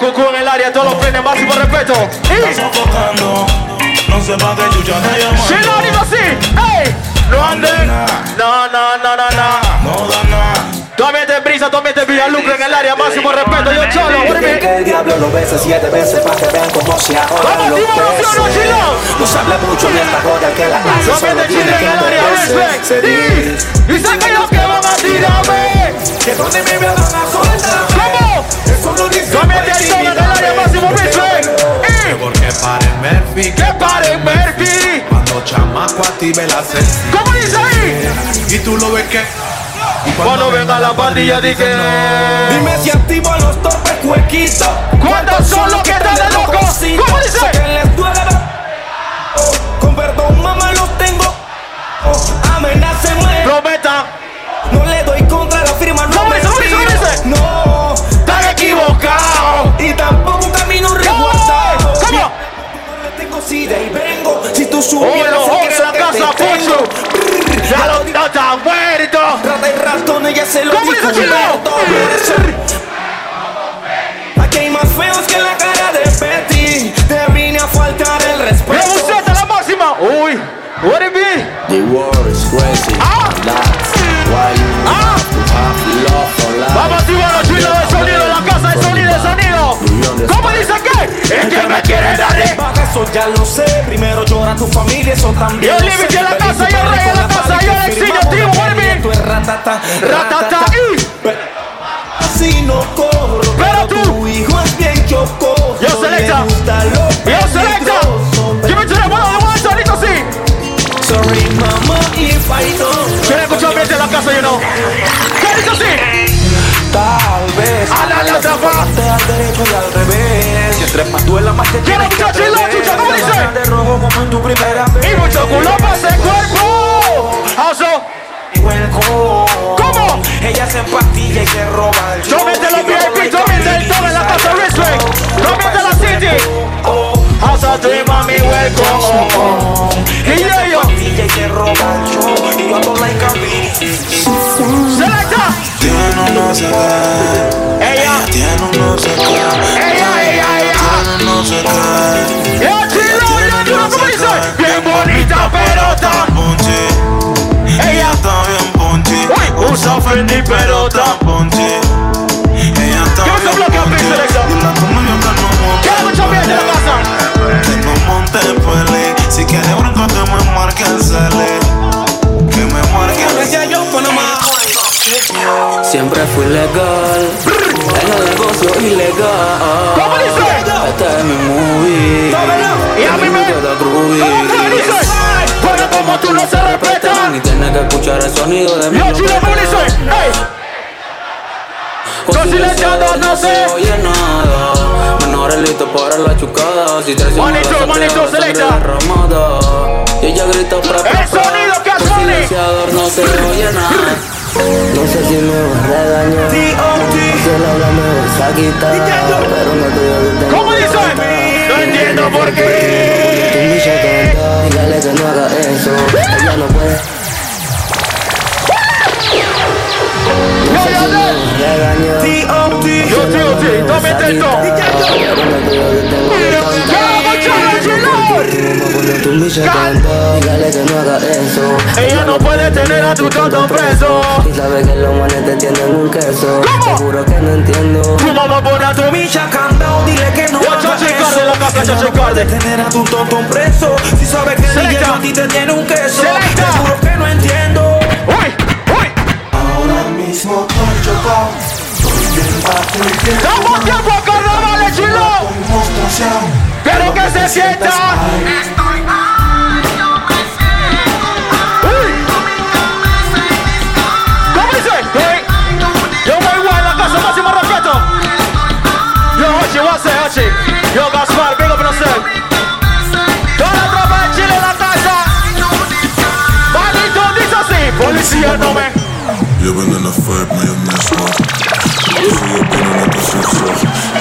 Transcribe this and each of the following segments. fuego en el área, todos los prenden, máximo respeto. Y- Está sofocando, no se va que chucha te llama. Sinónimo así, ey. No anden. No, no, no, no, no. No da nada. Tú ambiente brisa, tú ambiente brilla, lucro en el área, máximo respeto, yo cholo. what do you Porque mean? que el diablo lo besa siete veces para que vean cómo se Vamos, ahogan los Timón, Luciano, peces. Chilo. No se habla mucho de esta joda que la hace Tú solo ambiente tiene chile en el área, que respect. entenderse. Y- Y sé que los que van a tirarme. Que donde me vean van a soltar. ¿Cómo? Eso no dice Tú ambiente el sol en el área, máximo respect. Y- Porque para el Murphy, Que pare Murphy. cuando chamaco active la sexy. ¿Cómo dice ahí? Y tú lo ves que. y Cuando venga la pandilla, di que Dime si activo a los torpes cuequitos. ¿Cuántos son los que están de loco? ¿Cómo dice? Sé que les duele ver- Oh, Con perdón, mamá, los tengo. Oh, Amenácenme. prometan. No le doy contra la firma, no ¿Cómo me dice? ¿Cómo dice? ¿Cómo tiro. dice? No, Están equivocados. y tampoco un camino resguardado. ¿Cómo? ¿Cómo? No le tengo sida y vengo. Si tú Uno, subieras el once, que casa, te tengo. pocho. Ya lo no está muerto. Rata y ratón, ella se lo ¿Cómo dijo dice, Chilo? Humberto. Aquí hay más feos que la cara de Betty. Te vine a faltar el La respeto. buceta, la máxima. Uy, what it be? The world is crazy. Ah. That's why you Ah. have love for life. Vamos a activar los chinos de sonido, la casa de sonido, de sonido. ¿Cómo dice que? Es que me quieren dar de- Baja, eso ya lo sé. Primero llora tu familia, eso Y también. el lo límite sé. de la Feliz casa, y el cumpleaños rey de la con casa, pali y que el exilio, firmamos tío, la vuelve. ley. Tú es ratata, Ratata, ratata. y- Pero Así no corro. Pero tú. tu hijo es bien chocoso. Yo selecta. le gusta lo Yo selecta. peligroso. Give it to the world, the world, sonido así. Sorry, mama, if I don't. Quiero escuchar bien de la casa, yo no. Sonido así. Tal vez. A la letra va. Te al derecho y al revés. Si entre más duela, más te Quiero tienes que escuchar chilo, atrever. chucha, ¿cómo Te dice? bajan de rojo como en tu primera vez. Y mucho culo para ese cuerpo. Also, Welcome. ¿Cómo? Ella se empastilla y se roba el show. Tómete los VIP, tómete el todo en la casa Richway. Tómete la City. Also, tu mami, welcome. Y Ella yo, se yo. empastilla y se roba el show. Y yo ando like a bitch. Selecta. Tiene un no sé qué. Ella, Tiene un no sé qué. ella, ella, ella. Tiene un no sé qué. Yo chilo, yo chilo, ¿cómo dice? Bien bonita, pero tan. Ponchi. Ella Ella. está bien ponchi. Uy, usa Fendi, pero tan. Está ponchi. Ella está ¿Qué es el bien bloque, ponchi. Pixel, eso? Y la toma yo que no monte Quiero mucho bien de la casa. Que no monte pele. Si quieres bronco que me marque el cele. Que me marque el Decía yo, Panamá. Siempre fui legal. En el negocio ilegal. ¿Cómo dice? Este es mi movie. Y a mí me. queda groovy. ¿Cómo que me dice? Pero como tú no se Y respetan. tienes que escuchar el sonido de mi Yo chilo, ¿cómo loquera. dice? Ey, Con Yo silenciado no sé. oye nada. Menores listos para la chucada. Si traicionas Manito, la sangre, manito, la sangre selecta. derramada. Y ella grita pra, pra, El pra. sonido que Con suene. silenciador no se oye nada. No sé si me vas a dañar. Si el habla me vas a quitar. Pero no te digo que tengo ¿Cómo que dice? cantar. No entiendo por Porque tú me qué. hiciste cantar. Dile que no haga eso. Ella no puede. No sé si me vas a dañar. Yo chilo, sí, no me intento. Ella no puede tener a tu tonto preso. Y sabe que los manes te tienen un queso. ¿Cómo? Te juro que no entiendo. Tu mamá pone a tu mi. Bicha candao, dile que no Yo, haga Chachi eso. Carde, la casa, Que no Chachi va a Carde. Tener a tu tonto preso. Si sabes que el Selecta. DJ a ti te tiene un queso. Selecta. Te juro que no entiendo. Uy, uy. Ahora mismo con chocao. Damos tiempo a carnavales, chilo. Quiero que se sienta. Uy. ¿Cómo dice? Hey. Yo voy guay en la casa, máximo respeto. Yo, Ochi, Wase, Ochi. Yo, Gaspar, big up yourself. Toda la tropa de Chile en la casa. Manito, dice así. Policía, no me. Я бы на нафайб моем не смог Я бы на это сердце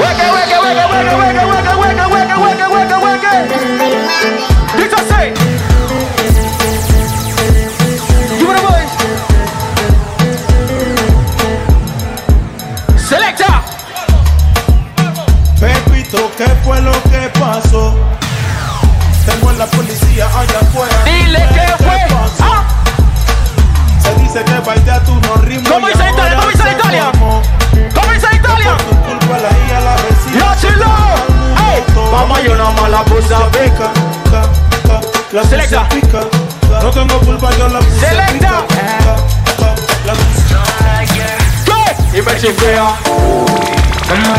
wake it, wake it, wake it, wake it, wake it, wake it, wake it, wake it, wake it. Did you say? Give it a voice. Selector. Pepito, ¿qué fue lo que pasó? Tengo a la policía allá afuera. Dile que fue. pasó? Ah, Se dice que baila a tu no ritmos. ¿Cómo y dice Italia? ahora ¿Cómo dice se Italia? formó. ¿Cómo dice Italia? Por tu culpa la hija la vecina. Yo chilo. Hey. Mamá, yo no me la puse a pic. Pica, ca, ca, la puse Selecta. pica. No tengo culpa, yo la puse Selecta. pica, ca, ca, la puse- ¿Qué? Y me chifea.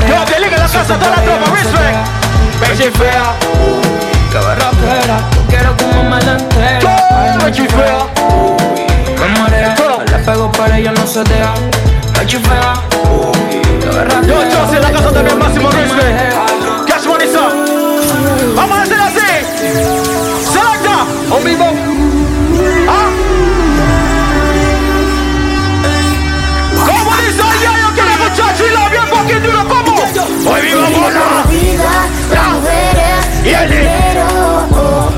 Yo te liga en la casa toda la tropa. Respect. Me chifea. Cabe rapera, yo quiero como me la entera. Ay, Yo me chifea. me marea, me la pego pero ella no se deja. Me chifea, cabe Yo, rapera. yo, en la casa también, máximo respect. Cash money, son. Vamos a hacer así. Selecta. O vivo. Ah. ¿Cómo dice el yo quiero escuchar chilo bien poquito y lo como? Hoy vivo mono. Y el niño.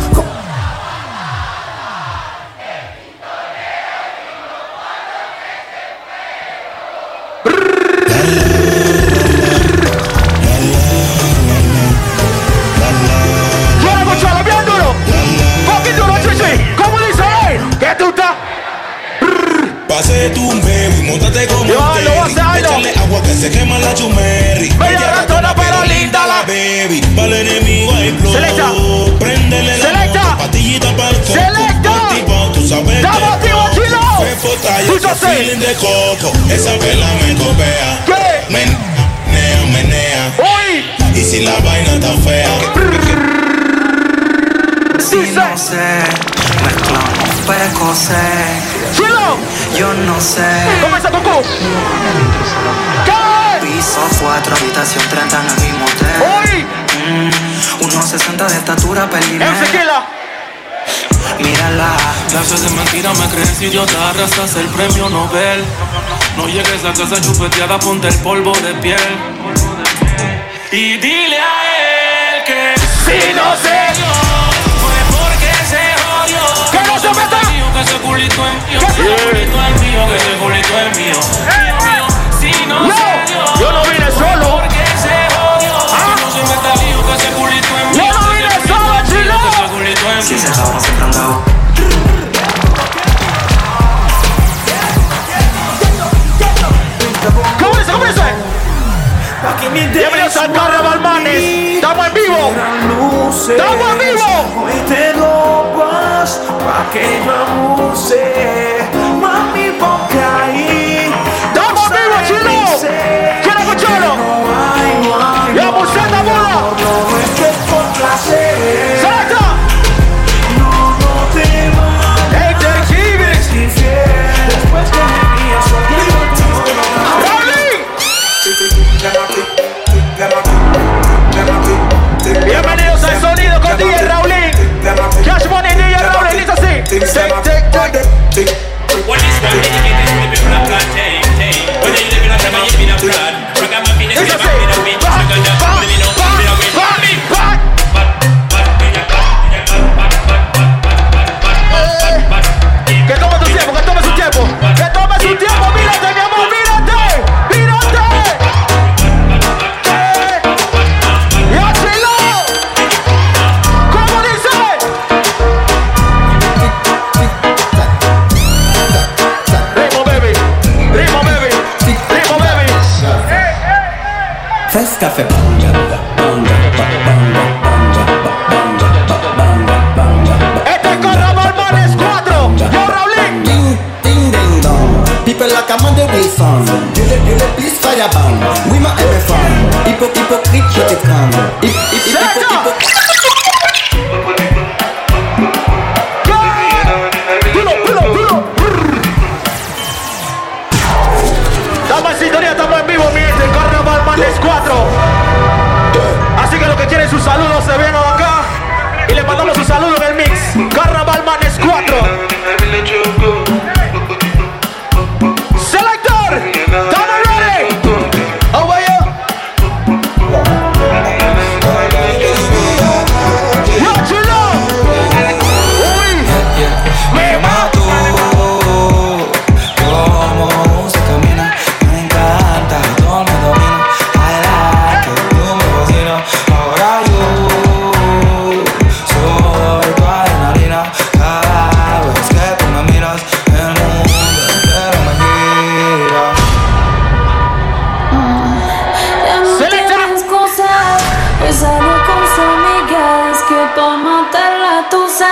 Quiero escucharlo bien duro. Poquito duro, chichi. ¿Cómo dice él? ¿Qué tú estás? Pase tu baby, montate como Yo, un lo voy a hacer, terry. lo. Échale agua que se quema la chumerri. Bella Ella ratona, pero pero linda la- baby. Para el enemigo hay flow. Selecta. Préndele la Selecta. moto, pastillita pa'l coco. Selecta. Activado, tú sabes ¡Ya que- motivo, chilo! Fue fota y Tú ya ese sé. feeling de coco. Esa vela me copea. ¿Qué? Men- Menea, menea. Hoy. Y si la vaina está fea. Si no sé, mezclamos precoces. Chilo. Yo no sé, Comienza con Q. ¿Qué? piso 4, habitación 30 en el mismo hotel. Hoy. Unos 60 Mm, de estatura, En pelinera. Sequila. Mírala, Clases de mentira me crees idiota, arrastras el premio Nobel. No llegues a casa chupeteada, ponte el polvo de piel. Y dile a él que Si no sé. fue porque se jodió. Que no se meta. Mío, que ese culito es mío, que ese Yeah. culito es mío, que ese culito es mío. Mío, mío, si no No. se dio, Yo no vine solo. Ah. porque se jodió. Que no se meta lío, que ese culito es Yo mío, no que vine ese culito solo, es mío, que chilo. ese culito es si mío. ese cabrón siempre ha andado. ¿Cómo dice? ¿Cómo dice? Bienvenidos al Carnaval Manes. Estamos en vivo. ¡Estamos en vivo! Hoy te lo vas pa' que yo abuse. Mami, ponte ahí. ¡Estamos en vivo, chino! ¿Quiero escucharlo? No hay, no hay, ¡La museta no, bola! no es que es por placer. ¡Salta! No, no te vayas ¡Ey, te exhibes! infiel. Después que me guías, yo digo tú no. ¡Raulín! Bienvenidos al sonido con DJ Raulín. Cash Money DJ Raulín, listo así. Tic, tic, tic. What is that? Did you get this baby from a plan? Hey, hey. Whether you live in a family, you been a plan. Rock up my penis, Listo get así. back in a beat. Pa, Look at that, pa, let me know, pa, let me know, wait, pa, let me- pa. But, but, did you cut, did you cut, but, but, but, but, but, but, but, but, but, Que tome tu tiempo, que tome su tiempo. Que tome su tiempo, mírate, mi amor, mírate. Mírate. Eh, ¡Ya chilo! ¿Cómo dice? Ritmo, baby. Ritmo, baby. Ritmo, baby. Este es Carnaval Manes 4. Yo, Raulín. Ding, ding, ding dong. People like I'm on the way song. You live, you live, please firebomb. We my every farm. Hippo, hypocrite, but it come. Hip, hip, hip, hip, hip, hip. Duro, duro, duro. Estamos en sintonía, estamos en vivo, mi gente. Carnaval Manes 4. Así que los que quieren sus saludos se vienen acá y le mandamos sus saludos en el mix. Carnaval Manes 4.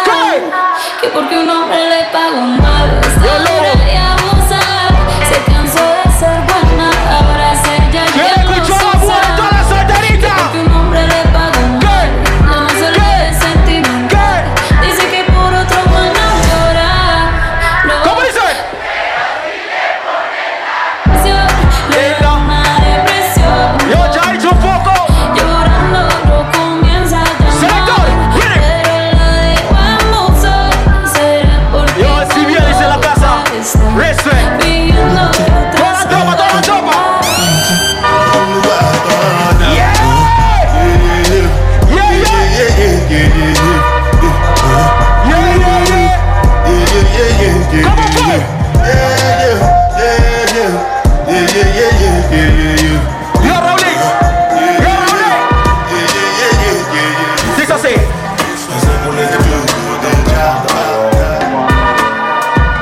pues Que porque un hombre le pagó mal Está dura de abusar Se cansó de ser buena Ahora se ya ¿Quién llegó escuchó su la voz de azar. toda la Que solterita? porque un hombre le pagó mal Ya no se le ve sentimental Dice que por otro mal no llora No ¿Cómo dice? le da una depresión Yo ya hice un foco. Llorando no comienza a Selector, llamar viene. Pero la dejo amusar Será porque Yo si bien dice la casa. está Respect. Pidiendo que Toda la otra tropa, toda la tropa. Yeah. Yeah, yeah. Yeah, yeah, yeah. ¿Cómo fue? Yo, Raulín. Yo, Raulín. Dice así.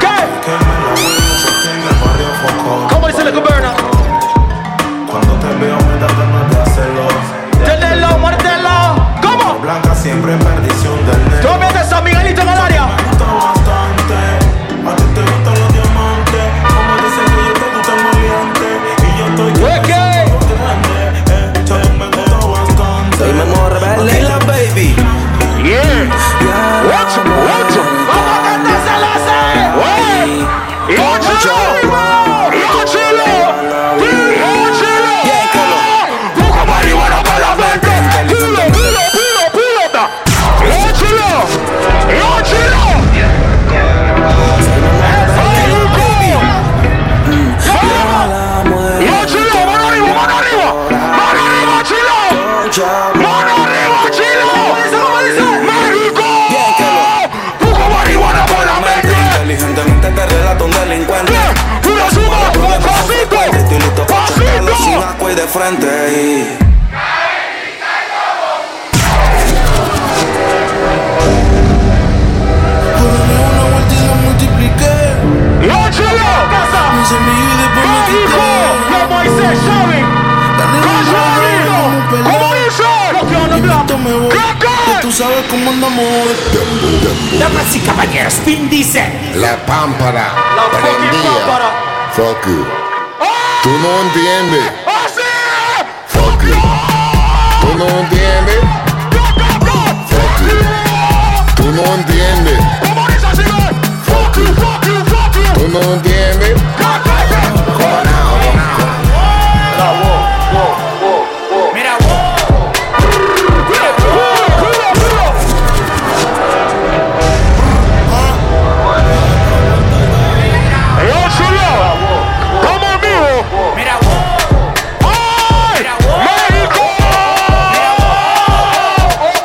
¿Qué? ¿Cómo dice la cuberna? Cuando te veo me da ganas de hacerlo Tenelo, muértelo. ¿Cómo? Blanca siempre en perdición del negro Yo mientras San Miguelito en el área. gusta bastante. A ti te gustan los diamantes. Como dicen que yo te gusta el maleante. Y yo estoy que Hueque. pensando que grande, eh. Ya tú me gusta bastante. Soy memo rebelde. la baby. Ocho, ocho. Vamos a cantar Celeste. Ocho. Ocho. Ocho. Poco marihuana para la venta. Pilo, pilo, pilo, pilota. Ocho. Ocho. ¡Yo chilo! ¡Mano arriba, mano arriba! ¡Mano arriba, chilo! ¡Mano arriba, chilo! ¿Cómo dice, cómo dice? ¡México! ¡Poco marihuana por la mente! Inteligentemente te relato un delincuente. ¡Bien! ¡Una suma! ¡Un Estoy listo pasito! para chocarlo sin ¡Pasito! asco y de frente. Y... Coroné una vuelta y la multipliqué. ¡Yo chilo! ¡Casa! Me semilló y después me ¡México! quité. ¡Lo Moisés Chávez! Dale, ¡Con vamos, Chávez! vamos, ¿Cómo pelea. dice? ¡Lo que van a Y hablar! pronto me voy. Ya ¡Cracker! tú sabes cómo andamos hoy. Damas y caballeros, Vin Diesel. La pámpara La fucking prendida. pámpara. Fuck you. Tú no entiendes. ¡Así! Fuck you. Tú no entiendes. Fuck you. Tú no entiendes. ¿Cómo dice así? ¡Fuck you, fuck you, fuck you! Tú no entiendes. Mira,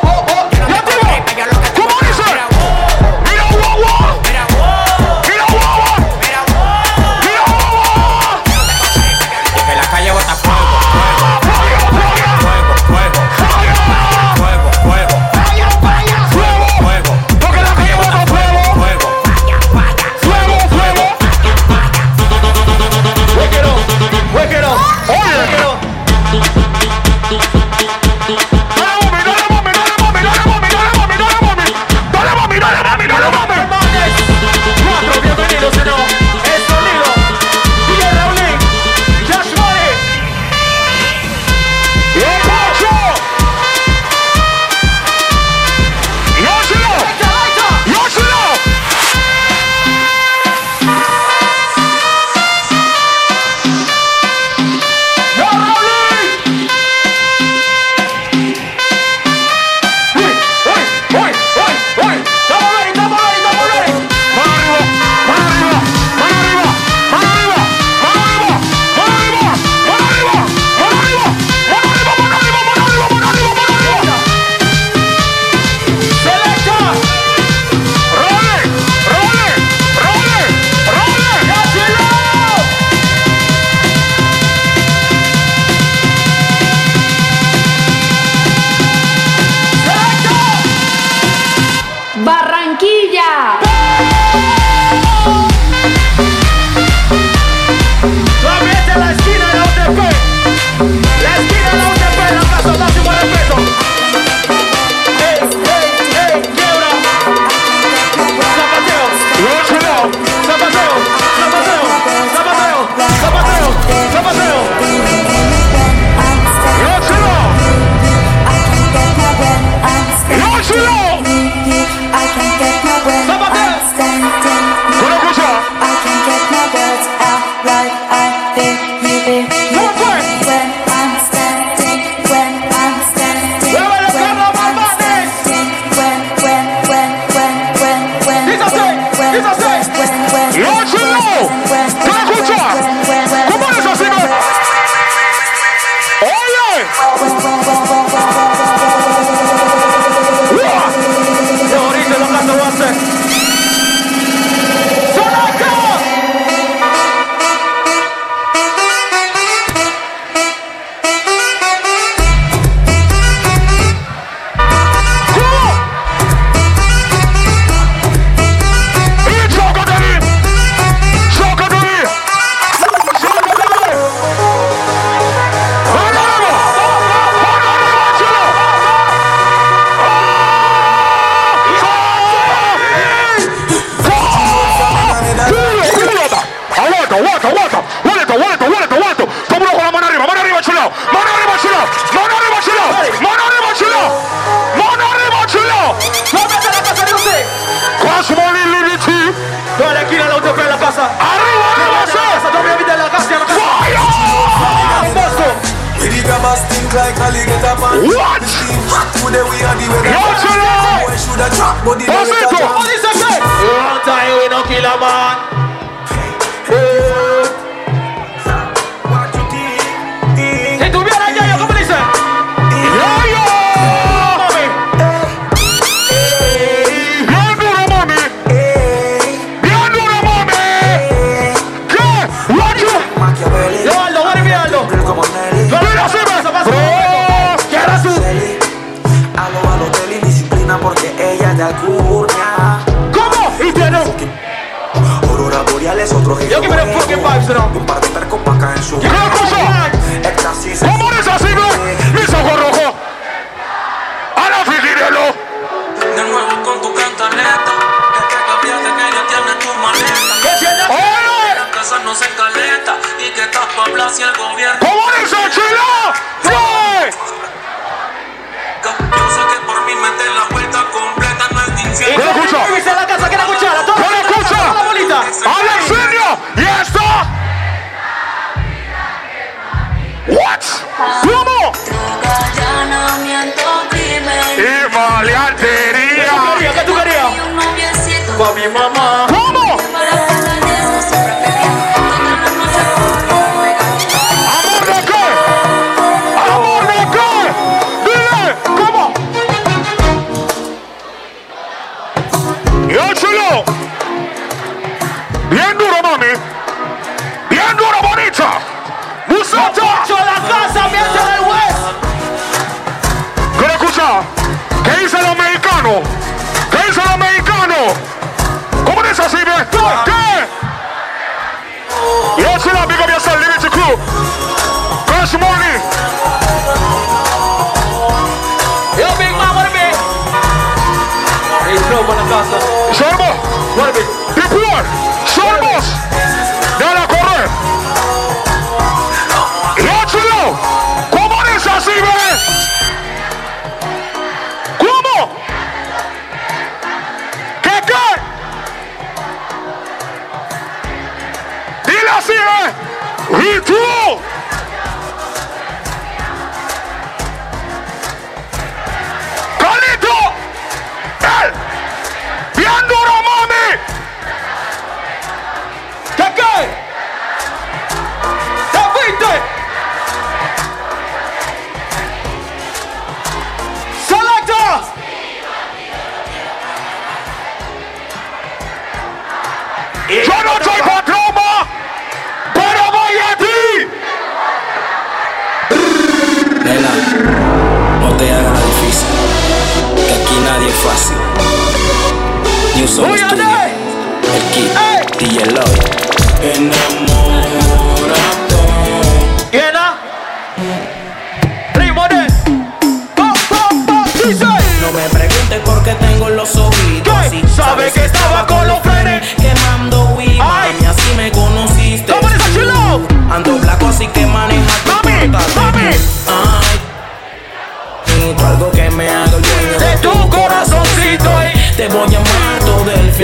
guau, guau. Mira, guau, guau.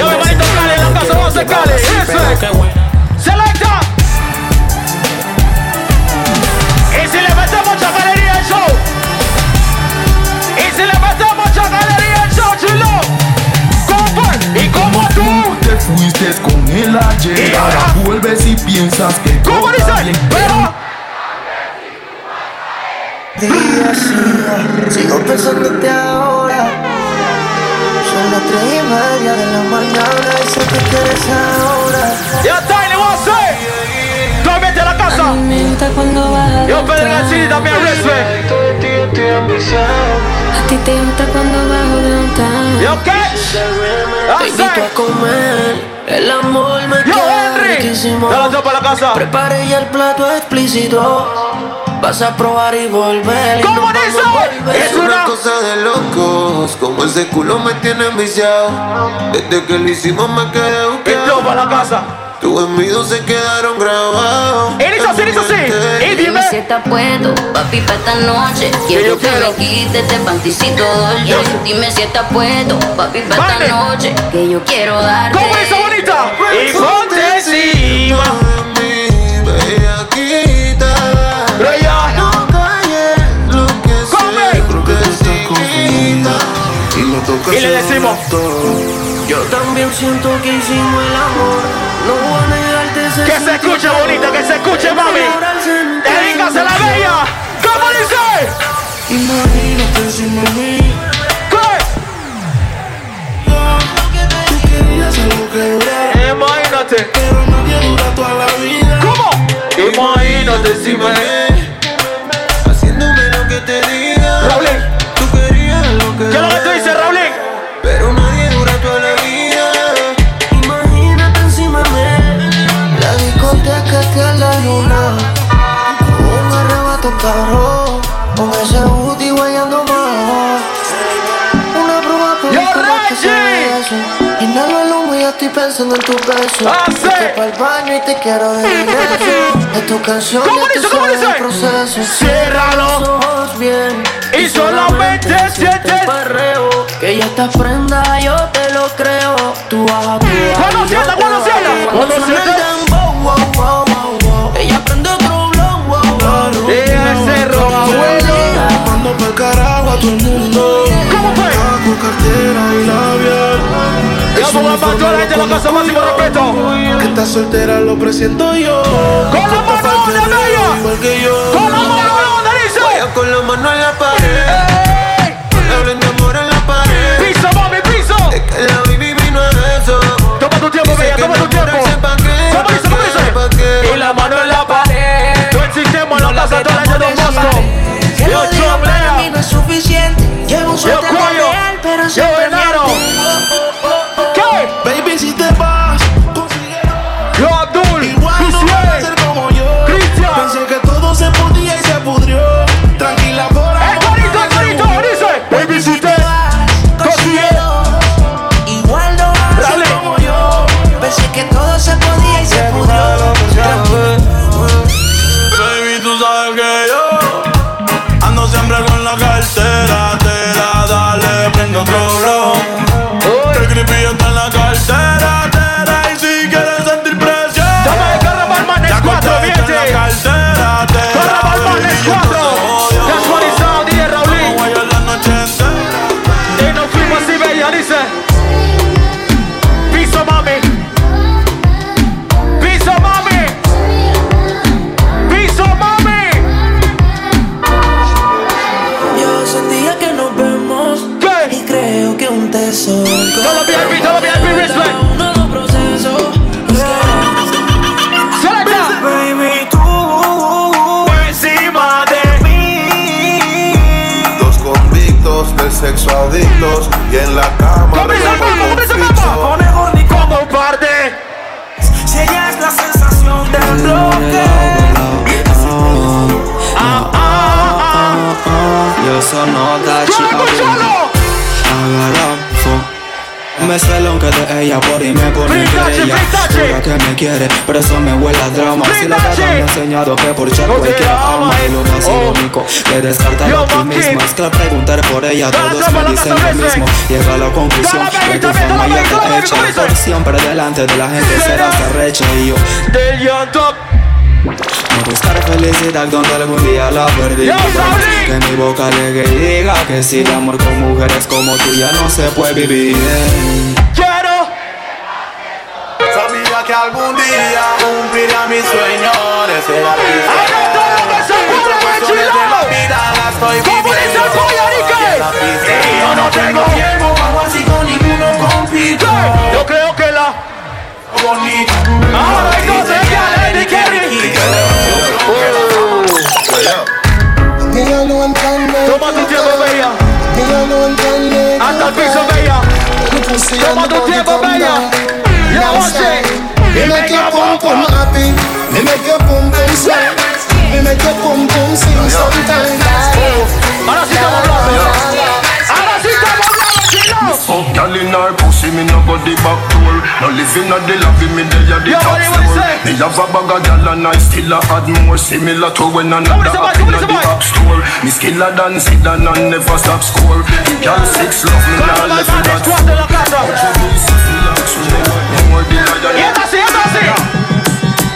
Yo, hermanito, cale, la casa no se cale. Eso es. Select up. piensas que ¿Cómo dice? Pero día sigo, sigo pensándote ahora. Son las tres y media de la mañana y sé que quieres ahora. Ya Tiny Wase, Clemente la casa. Yo Pedro Gachini también Respect. A ti te gusta cuando bajo downtown. Yo qué? Te invito a comer. El amor me queda riquísimo. Dale yo para la casa. Preparé ya el plato explícito. Vas a probar y volver. y ¿Cómo nos dice? vamos a volver. Es una- cosa de locos, como ese culo me tiene enviciado. Desde que lo hicimos me quedé El buscado. flow para la casa. Tus envidios se quedaron grabados. Él hizo así, él hizo así. Y Dime dime. si está puesto, papi, pa' esta noche. yo Quiero que quiero. me quites este panticito dolce. Yo- Dime si está puesto, papi, pa' esta Baile. noche. Que yo quiero darte. ¿Cómo dice bonita? Y ponte encima. Pero ya. Come. Y le decimos. Yo también siento que hicimos el amor. No voy a negarte ese Que se escuche sentimiento. bonita, que se escuche mami. Enamorarse nunca es Dedícase la demasiado. bella. ¿Cómo dice? Imagínate sin mí. ¿Qué? Tú querías algo que durara, Imagínate. pero nadie dura toda la vida. ¿Cómo? Imagínate si me. Haciéndome lo que te diga. Raulín. Tú querías lo que ¿Qué es lo que tú dices, Raulín? Pero nadie dura toda la vida. Imagínate encima de la discoteca hasta la luna. Con un arrebato cabrón, con ese booty guayando más. Una prueba por Yo, que se Reggie. merece. Inhalo el humo y ya estoy pensando en tu beso. Ah, sí. Te pa'l baño y te quiero de regreso. De tu canción ¿Cómo ya tú dice, cómo sabes dice? el proceso. Ciérralo. los ojos bien. Y solamente siente- el perreo. Que ya estás prenda, yo te lo creo. Tú bajas, tú bajas. ¿Cuándo sienta? ¿Cuándo sienta? ¿Cuándo Cuando suena el sienta? dembow, wow, wow, wow, wow. Ella prende otro blow, wow, wow, wow. Deja el cerro, abuelo. Mando pa'l carajo a todo el mundo. ¿Cómo fue? Con cartera y labial. Ya vamos a matar a la gente en la casa, máximo respeto. Que estás soltera lo presiento yo. Con la Estás mano pa'l de perreo medio. Igual que yo. ¿Cómo vamos a Vaya dice? con la mano en la pared. Hablen de amor en la pared. Piso, mami, piso. Es que la baby vino a eso. Toma tu tiempo, Dice bella, que toma tu no quiere tiempo. ser pa' qué, ¿Cómo pa' dice? ¿Cómo qué, pa' dice? qué. Y la mano en la pared. Todo el sistema en la casa, toda la gente de Don Bosco. Que Yo, lo diga para mí chomblea. no es suficiente. Llevo un suéter de cuello. real, pero Yo, soy enano. ¿Qué? Baby, si te vas, consigue Yo, Abdul. igual. No vas a Lucier. ser como yo. Cristian. Pensé que todo se podía y se pudrió. Tranquila, por El ahora. corito, el corito, Eh, dice. Baby, si te considero. Igual no vas a ser Dale. como yo. Pensé que todo se podía y se pudrió. Baby, tú sabes que yo ando siempre con la cartera, tera, dale, prende otro blow. El creepy está en la cartera, tera, y si quieres sentir presión, Toma el carnaval, man, es la cuatro, corté está en la viente. cartera, tera, Carnaval, man, baby, es yo cuatro. no te odio. Casualizado, DJ Raulín. Vamos a bailar la noche entera. Y nos fuimos así, bella, dice. Piso, mami. Piso, mami. Piso, mami. Yo sentía que nos vemos. ¿Qué? Y creo que un tesoro. Todo VIP, todo VIP, respect. No lo proceso. Selecta. Baby, tú. Encima de Dos convictos del sexo adictos y en la cama. ¿Cómo dice el luego mambo? ¿Cómo dice el conflicto. mambo? Mejor ni como un par de. Si ella es la sensación del bloque. Ah, ah, Yo sono da ah. ¡Solo, solo! Agaramfo me celo aunque de ella por y me pone Brindache, ella brindache. Jura que me quiere, pero eso me huele a drama Si la Brindache. gata me ha enseñado que por chat No te cualquiera ama, ama Y lo más oh. irónico, que descartar Yo, a ti Monkey. misma Es que al preguntar por ella Dale, todos toma la me dicen casa, lo mismo Messi. Llega a la conclusión Dale, baby, que tu dale, fama dale, ya dale, te baby, echa ¿cómo dice? Por siempre delante de la gente serás Serás. arrecha Y yo, Del llanto. no buscar felicidad donde algún día la perdí Yo, Pero Raulín. Que mi boca alegre y diga que sin amor con mujeres como tú ya no se puede vivir Quiero. Sabía que algún día cumplirá mis sueños de ser artista. Muchas cuestiones de la vida las estoy viviendo. Y en la pista yo no tengo tiempo, vamos así con ninguno compito. Yo creo que la bonita. Ahora entonces ya Lady Kerry. Ella no entiende. Toma tu tiempo, bella. Ella no entiende. Hasta el piso, bella. Toma tu tiempo, bella. Ya once. Me make your pum pum happy. Me make your pum pum sweat. Me make your pum pum sing sometimes. Ahora sí estamos hablando. Ahora sí estamos hablando, chino. Fuck girl in her pussy, me no go the back door. No living at the lobby, me day at the Yo, top what you floor. Me say? have a bag of girl and I still a had more similar to when another somebody, happen at somebody, the app store. Me skiller than Zidane and never stop score. The girl six love me now Vamos, left in vamos, that cuatro de la casa. Y esta sí, esta sí.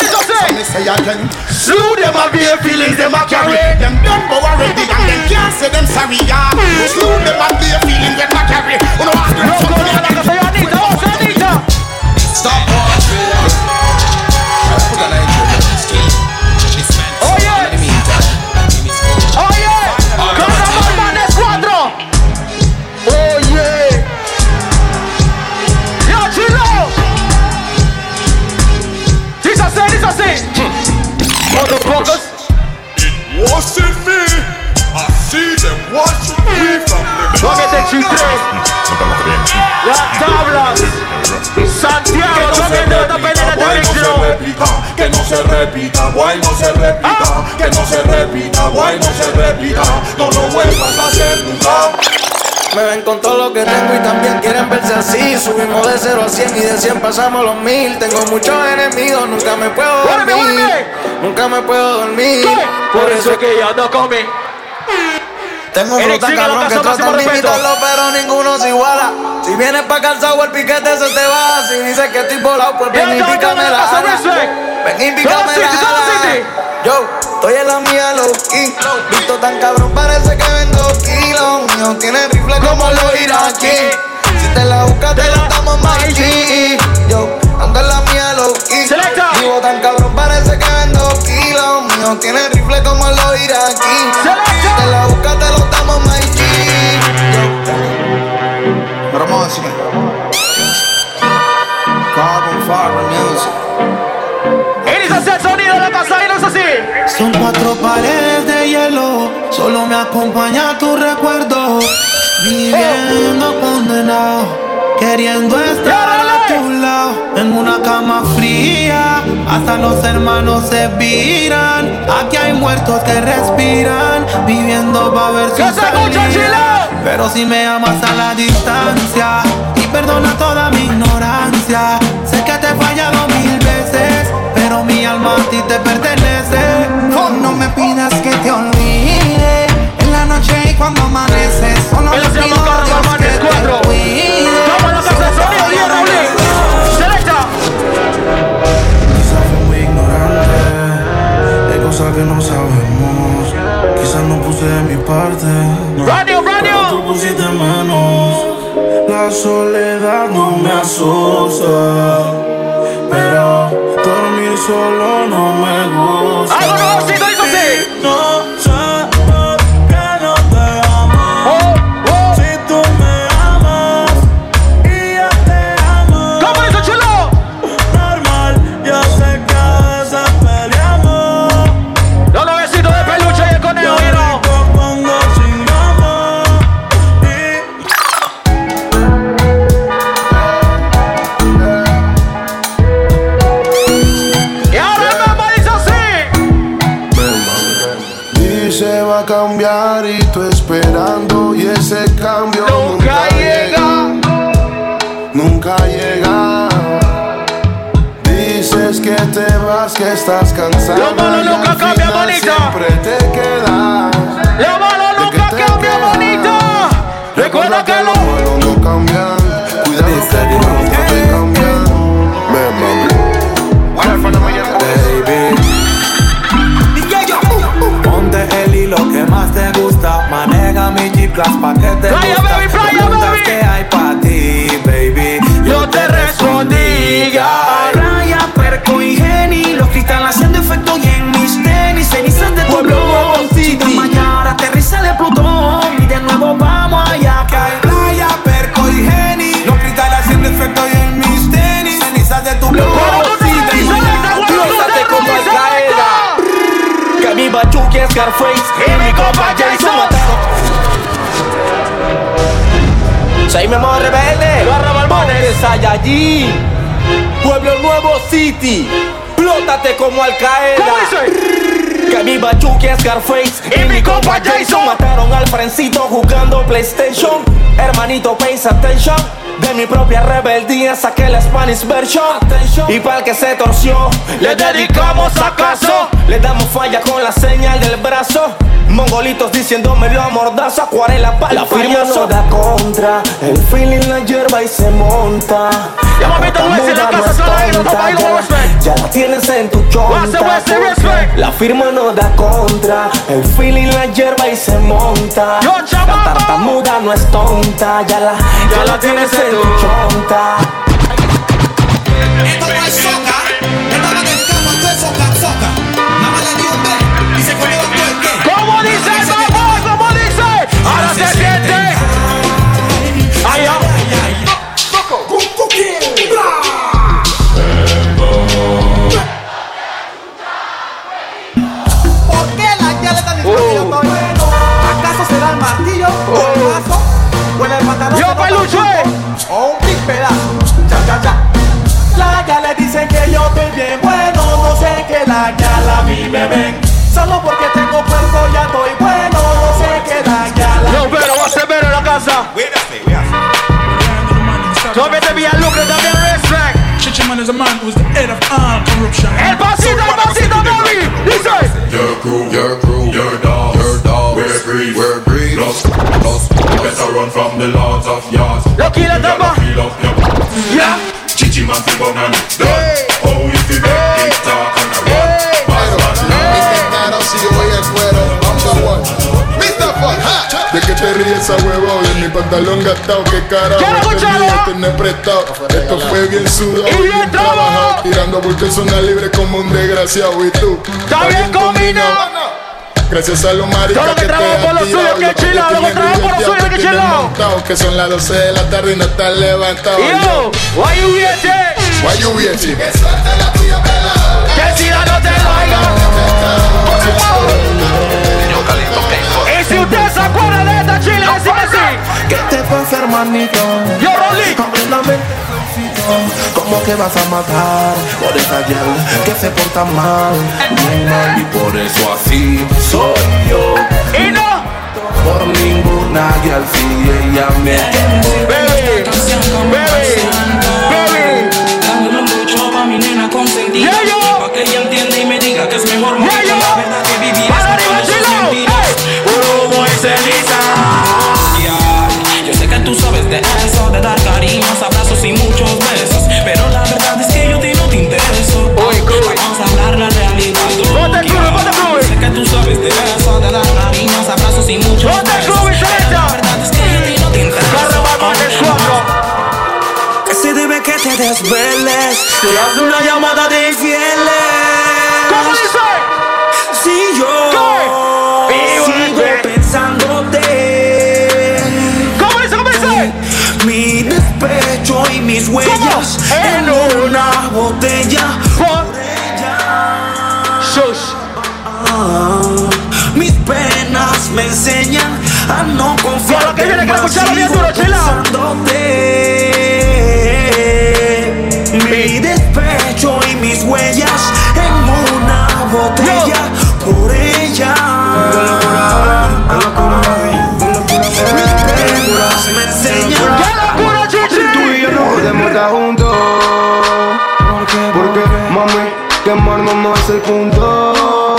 entonces. Say again. Slew them a bare feelings, them a carry. carry Them done but already and them can't say them sorry yeah. Slew them and their feeling them not carry You know what? No, go down, like I say, Anita, what's Anita? Stop all trailer Put a light on the street Oh, yeah. Oh, yeah. Carnaval Manes 4. Oh, yeah. Yo, chino. Dice así, dice así. Motherfuckers. Watching me, I see them watching me from the Tóquete chitre. Las tablas. Santiago, tóquete esta pendeja de electro. que no se repita, guay no se repita, que no se repita, guay no se repita, no lo vuelvas a hacer nunca. Me ven con todo lo que tengo y también quieren verse así. Subimos de 0 a 100 y de 100 pasamos los mil. Tengo muchos enemigos, nunca me puedo Guárdame, dormir. guárdame. Nunca me puedo dormir. Por eso es que ya no come. Tengo Eric, fruta sigue la cabrón que casa, máximo tratan de respeto. imitarlo, pero ninguno se iguala. Si vienes pa' calzado, el piquete se te va. Si dices que estoy volado, pues Ya ven y está, pícame cámara, la casa, ala. respect. Ven y Todo pícame la city, todo ala. city. Yo, estoy en la mía, low key. Visto tan cabrón, parece que vendo kilos. Mío, tiene rifle como los iraquí. Si te la buscas, te la damos más allí. Yo, ando en la mía, low key. Selecta. Vivo tan cabrón, parece que vendo kilos. Mío, tiene rifle como los iraquí. Si te la buscas, te lo damos más Promotion. Carbon Fiber Music. Eres así el sonido de la casa y no es así. Son cuatro paredes de hielo, solo me acompaña tu recuerdo. Viviendo condenado, queriendo estar a tu lado. En una cama fría, hasta los hermanos se viran. Aquí hay muertos que respiran, viviendo va a ver su salida. Pero si me amas a la distancia y perdona toda mi ignorancia, sé que te he fallado mil veces, pero mi alma a ti te pertenece. Oh, no me pidas que te olvide En la noche y cuando amanece Solo Él te se pido llama a Dios Carnaval que Manes 4. te cuide Toma la casa, Solo te sonido, voy a bien, Raulín. Selecta. Quizás fui muy ignorante, hay cosas que no sabemos. Quizás no puse de mi parte. Radio, Pero tú pusiste menos. La soledad no me asusta, pero dormir solo no me gusta. Algo nuevo, sí, lo hizo así. No sabes que no te Oh, amo. Si tú me amas y yo te amo. ¿Cómo hizo chulo? Normal, yo sé que a veces peleamos. Los novecitos de peluche y el conejo, you know. Cuando chingamos. Y ahora el mamá dice así. Dice va a cambiar y tú esperando y ese cambio Nunca llega. nunca llega. Dices que te vas, que estás cansada. Lo malo y al nunca cambia, final bonita. Siempre te quedas. Lo malo nunca cambia, bonito. Recuerda Recuerda que los buenos no cambian. Cuida los que pronto te cambian. Me mami. Baby. Ponte el hilo que más te gusta. Maneja mi Jeep Class pa' que te Playa, gusta. baby, playa, Preguntas baby. que hay pa' ti, baby. Yo te respondí ya. Raya, perco y geni. Los cristales haciendo efecto y en mis tenis. Cenizas de tu blog. Si te mañana aterriza de Plutón. Y de nuevo vamos allá. Que hay Playa, perco y geni. Los cristales haciendo efecto y en mis tenis. Cenizas de tu blog. te mañana, Diósate como Al Qaeda. Que mi bachuque es Y mi compa Jason. Soy mi amor rebelde. Barra Balbones. Monte Saiyajin. Pueblo Nuevo City. Plótate como Al Qaeda. Que mi bachuque es Scarface. Y mi compa Jason. Mataron al frencito jugando PlayStation. Hermanito, pays attention. De mi propia rebeldía saqué la Spanish version. Y para el que se torció, le dedicamos acaso. Le damos falla con la señal del brazo. Mongolitos diciéndome lo amordazo. Acuarela para La firma no da contra. El feeling la hierba y se monta. Ya mamita, voy a decir la casa sola y no te bailo, voy a respect. Ya la tienes en tu Voy a hacer, voy a chonta hacer porque respect. La firma no da contra El feeling la hierba y se monta La tartamuda no es tonta Ya la, ya la tienes en tu chonta Esto no es soca, esta la dedicamos, esto es soca, soca. Mamá le dio un beso y se fue levantó el pie. ¿Cómo dice el mamón? ¿Cómo dice? Ahora se siente. Ay, ay. ¿Por qué la ya le están diciendo que Uh. yo estoy bueno? ¿Acaso será el martillo o el brazo? ¿O en el pantalón? se Yo, nota Peluche. un poco? ¿O un big pedazo? Cha, cha, cha. La ya le dicen que yo estoy bien bueno No sé que la ya la mi me ven Solo porque tengo cuerpo ya estoy bueno No sé que la ya la Yo, pero voy a ser pero en la casa. Yo me te vi al lucro también eh, respect. Chichiman is a man who's the head of all corruption. El pasito, el pasito, Mary. Dice. Your crew, your crew, your dogs, your dogs. We're greed, we're greed. Lost, lost. Better run from the lords of yards. Lucky la tapa. Yeah. Chichi man fi bun and done. Oh, if you make big talk and a run. Bad man Mr. Mano, si yo voy al cuero, number one. Mr. Fun, ha. ¿De qué te ríes a huevo? De mi pantalón gastado, qué cara. Quiero No escucharlo. terminé de tener prestado. Esto fue bien sudado. Y bien trabajado. Tirando bulto en zona libre como un desgraciado. ¿Y tú? Está bien combinado. Gracias a los Todo maricas lo que te trabajo por han lo tirado, suyo, que los que chilao, te lo que tienen trabajo por lo riateado, suyo, te que tienen chilao. montado, Que son las 12 de la tarde y no están levantados. Yo, why you here, che? Why you here, chick? Que si la no te laiga. Y si usted se acuerda de esta chile, decime sí. ¿Qué te pasa, hermanito? Yo, Rolly. Completamente flojito. ¿Cómo que vas a matar por esa llave que se porta mal? Muy mal y por eso así soy yo. Y no. Por ninguna y al fin ella me Bebe, bebe, bebe. Dándole un mucho pa' mi nena consentida. Yeah, yo. Pa' que ella entienda y me diga que es mejor Yeah, morir yo. la verdad que vivir. Para no arriba, con sus chilo. mentiras. Humo y ceniza. Yeah. Yo sé que tú sabes de eso, de dar cariños, abrazos y muchos besos. Pero la verdad es que yo a ti no te intereso. Vamos a hablar la realidad. tú, yeah. Yo Sé que tú sabes de eso, de dar cariños, abrazos y muchos besos. Pero la verdad es que yo a ti no te intereso. Se debe que te desveles Le hago una llamada de infieles ¿Cómo dice? Si yo Sigo pensándote ¿Cómo dice? ¿Cómo dice? Mi despecho y mis huellas Eh. En una botella Por ella Shush Ah, Mis penas me enseñan A no confiar Con lo que en viene, que la más, cuchara bien sigo duro, chila. pensándote. Mi despecho y mis huellas En una botella Por ella Mis penas me enseñan Tú y yo no podemos estar juntos. Porque, mami, quemarnos no es el punto.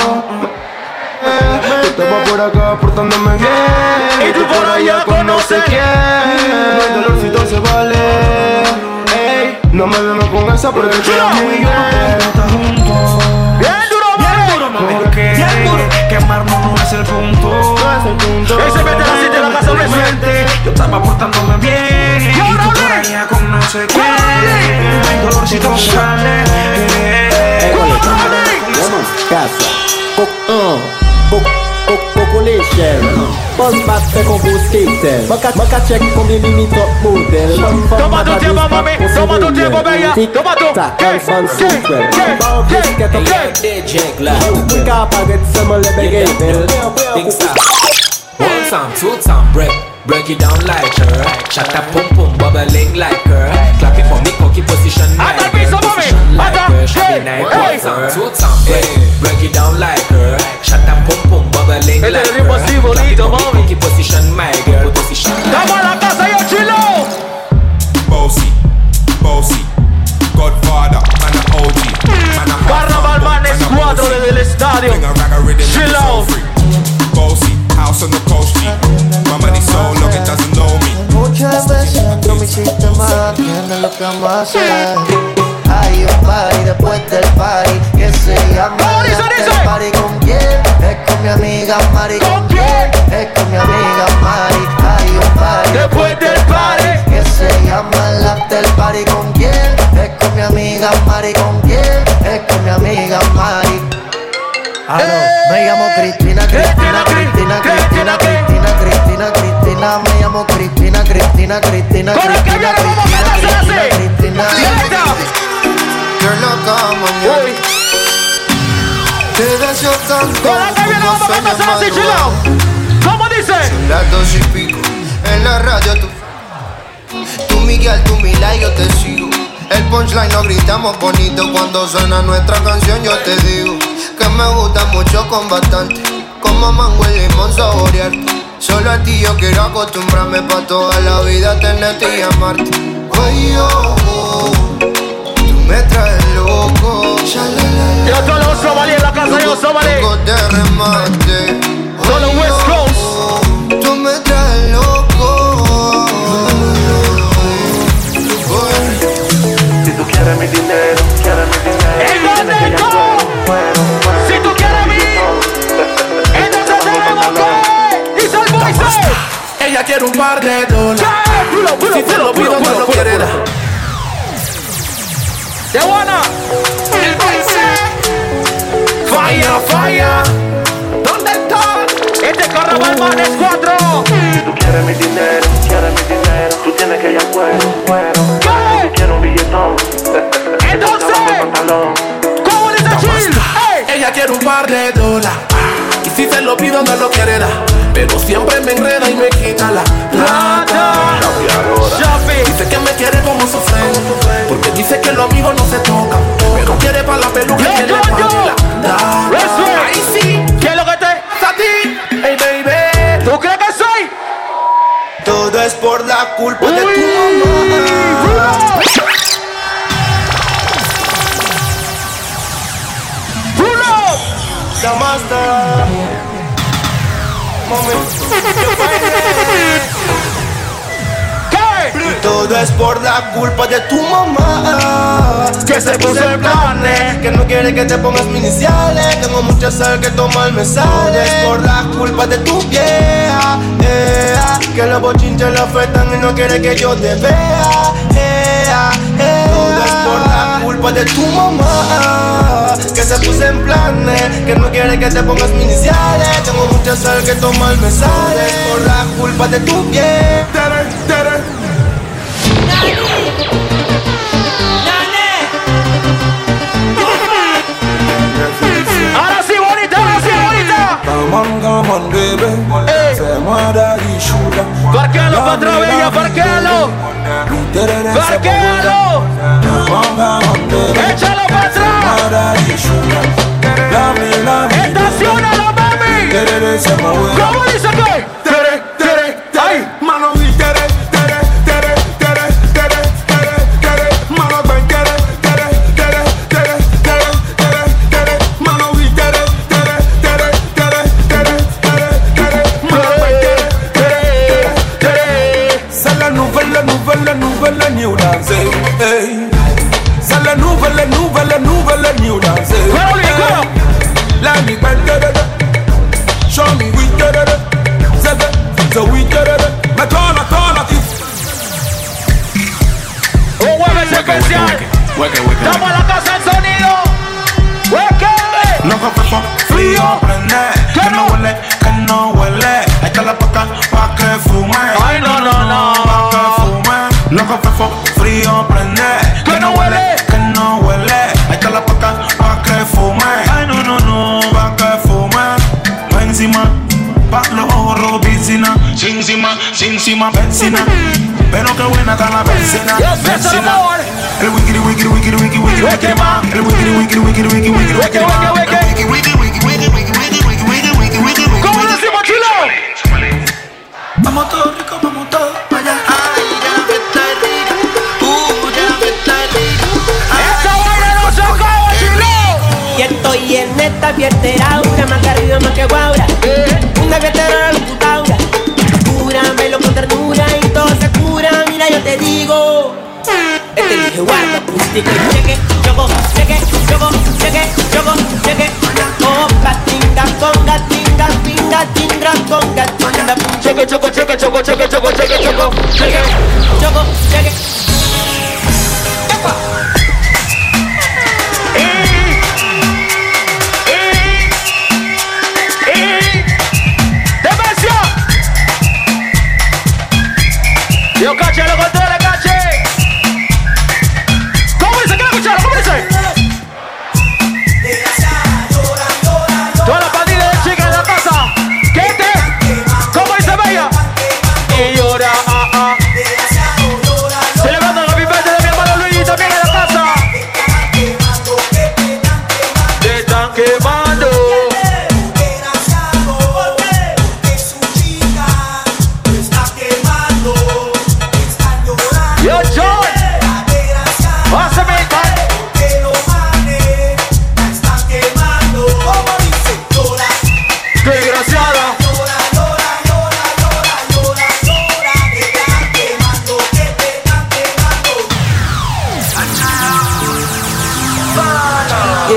Eh, Yo Estaba por acá portándome bien. eh. Y tú por allá con no sé quién. No hay dolorcito, se vale. Ey, no me vengo con esa porque tú eres muy bien. Bien duro, Bien duro, mami. Porque quemarnos no es el punto. No es el punto. Ese vete a la cita, la casa, hombre. Yo estaba portándome bien. Y ahora, tú hombre. por allá con no sé quién. No hay dolorcito, se vale. Ey, Casa, Book on, Book Book Population, Buzzmaster Combustible, Maka Maka check con mi limit up model. Toma tu tiempo, mami. Toma tu tiempo, bella. Toma tu. Tac, ¿Qué? Alphonse ¿Qué? Sequel. ¿Qué? Bao ¿Qué? biscuit of Pika paget sama lebe gebel. Things up. One time, two time, break, break it down like her. Shut up, pum pum, bubbling like her. Clap it for me, cocky position like her. Position like her. Shabby night, one time, two time, break, break it down like her. Shut up, pum pum, bubbling Este like es her. imposible, Clap it listo, for me, mami. cocky position, my girl, position. Vamos a la casa, yo chilo. Bossy, Bossy, Godfather, man a OG, man a Carnaval Manes 4 desde el estadio. Chill out. Bossy, house on the coast G. My money so long it doesn't know me. Muchas veces entro mi sistema, tiene lo que más hay. Hay un party después del party que se llama el after party. ¿Con quién? Es con mi amiga Mari. ¿Con quién? Es con mi amiga Mari. Hay un party después del party que se llama el after party. ¿Con quién? Es con mi amiga Mari. ¿Con quién? Es con mi amiga Mari. Aló, me llamo Cristina, Cristina, Cristina, Cristina, Cristina, Cristina, Cristina, me llamo Cristina, Cristina, Cristina, Cristina, Cristina, Cristina, Cristina. Yo no como mi Te deseo tanto como sueño en madrugada. ¿Cómo dice? Son las dos y pico En la radio tú Tú Miguel, tú Mila y yo te sigo El punchline lo gritamos bonito Cuando suena nuestra canción yo te digo Que me gusta mucho con bastante Como mango y limón saborearte Solo a ti yo quiero acostumbrarme Pa' toda la vida tenerte y amarte Oye, oh, oh, Tú me traes loco Yo solo uso Bali en la casa, yo uso Bali. Tengo de remate Solo West Coast. Tú me traes loco. Si tú quieres mi dinero, quieres mi dinero. ¿En dónde Si tú quieres a mí, entonces tenemos que. Y soy Moisés. Ella quiere un par de dólares. Si te lo pido, no lo quiere dar. De buena. El Falla, falla. ¿Dónde están? Este es Carnaval Manes 4. Si tú quieres mi dinero, quieres mi dinero. Tú tienes que ir al cuero, cuero. Tú quieres un billetón. Entonces. ¿Cómo le está este chill? Ella quiere un par de dólares. Y si se lo pido, no lo quiere dar. Pero siempre me enreda y me quita la plata. Dice que me quiere como su friend. Porque dice que los amigos no se tocan. Pero quiere para la peluca y quiere pa' la data. Ahí sí. ¿Qué es lo que te a ti? Hey, baby. ¿Tú crees que soy? Todo es por la culpa de tu mamá. Bruno. La master. Todo es por la culpa de tu mamá Que se puso el planes Que no quiere que te pongas mis iniciales Tengo mucha sal que tomar me sale Es por la culpa de tu vieja ea, Que los bochinches la afectan y no quiere que yo te vea ea, ea. Todo es por la culpa de tu mamá Que se puso en planes Que no quiere que te pongas mis iniciales Tengo mucha sal que tomar me sale Es por la culpa de tu vieja Ahora sí, bonita, ahora sí, bonita. Come on, come on, baby. Se muera y chula. Parquealo para otra bella, parquealo. Parquealo. Échalo para atrás. Estacionalo, mami. ¿Cómo dice pues? que? Tere, tere, ay. Mano y tere, tere, tere, tere, tere, tere, tere. Mano ven, tere, tere, tere, tere, tere, tere, tere. Mano y tere, tere, tere, tere, tere, tere, tere. la nouvelle, nouvelle, nouvelle New Dance. Claro, Luis, claro. Let me bend da, da, da. Show me we da, da, da. Say that, so we da, da, da. Me call, I call, I Un jueves especial. Damos la casa al sonido. Hueque. No confeso frío, prende Que no huele, que no huele Esta la paca pa' que fume Ay, no, no, no. Pa' que fume No confeso frío, prende Que no huele, que no huele Esta la paca pa' que fume Ay, no, no, no Pa' que fume Pa' encima Pa' los ojos robicina Sin encima, sin encima, benzina Pero qué buena está la benzina Yes, yes, benzina. por favor. El wiki, wiki, wiki, wiki, wiki, wiki, ma. El wiki, wiki, wiki, wiki, wiki, wiki, ma. El wiki, wiki, wiki, wiki, wiki, wiki, wiki, wiki, wiki, wiki, ¿Cómo wiki. decimos chilo? Vamos todos ricos, vamos todos para allá. Esa vaina no se acaba, chilo. Y estoy en esta fiestera, una más que arriba, más que guaura. Una fiestera de putaura. Cúramelo con ternura y todo se cura. Mira, yo te digo. Este dije, guarda, acústica y cheque, choco, cheque, choco, cheque, choco, cheque. Opa, tinga, conga, tinga, pinga, tinga, conga, tinga, Choco, choco, choco, choco, choco, choco, choco, choco. cheque, choco, cheque. ¡Demesio! Yo caché, lo controla, caché. ¿Cómo dice? ¿Quién escucharon? ¿Cómo dice? Toda la pandilla de chicas en la casa. ¿Qué te? ¿Cómo dice Bella? Y llora, ah, ah. Celebrando los vivetes de mi hermano Luigi también en la casa. Te están quemando. Yo, John. Pásame, man. Desgraciada.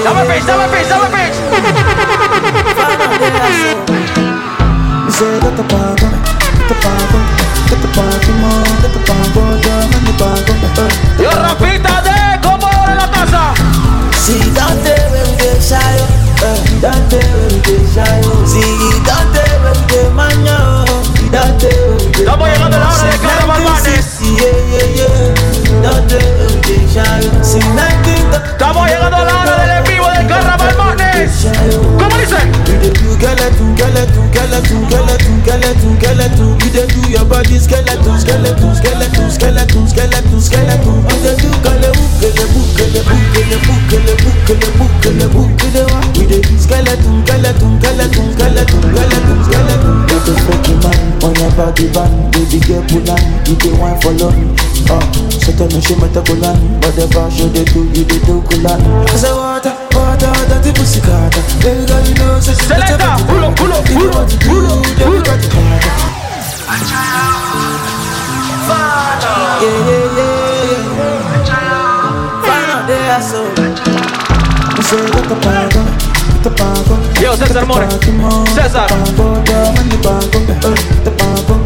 Dame pitch, dame pitch, dame pitch. Dice, yo te pago, yo te pago, yo te pago, amor, yo te pago, yo no te pago, eh. Yo, rapita de como en la casa. Si da, date ven desayuno, ă, eh, date ven desayuno. Si da, date ven de mañana, date ven de Estamos llegando a la hora de Si Carlos nadie Balbanes. se- Yeah, da, yeah, yeah. Date ven desayuno. Si nadie da- Estamos llegando a la hora del en vivo de Carnaval Manes. ¿Cómo dice? You dey do skeleton, skeleton, skeleton, skeleton, skeleton, skeleton. You dey do your body skeleton, skeleton, skeleton, skeleton, skeleton, skeleton. You dey do kelebu, kelebu, kelebu, kelebu, kelebu, kelebu, kelebu, kelewa. You dey do skeleton, skeleton, skeleton, skeleton, skeleton, skeleton. You dey fucking man on your body band, baby girl pull on. You dey wine for long, ah. Sotto no show me the Golan, whatever show they do, you dey do Golan. I say water, water, dirty pussy carter. Baby girl, you know say Selecta, pulo, pulo, pulo, pulo, pulo. Dice, yo te pago, yo te pago, Yo, César More. amor, yo César. te pago, yo no te pago, eh, eh, te pago.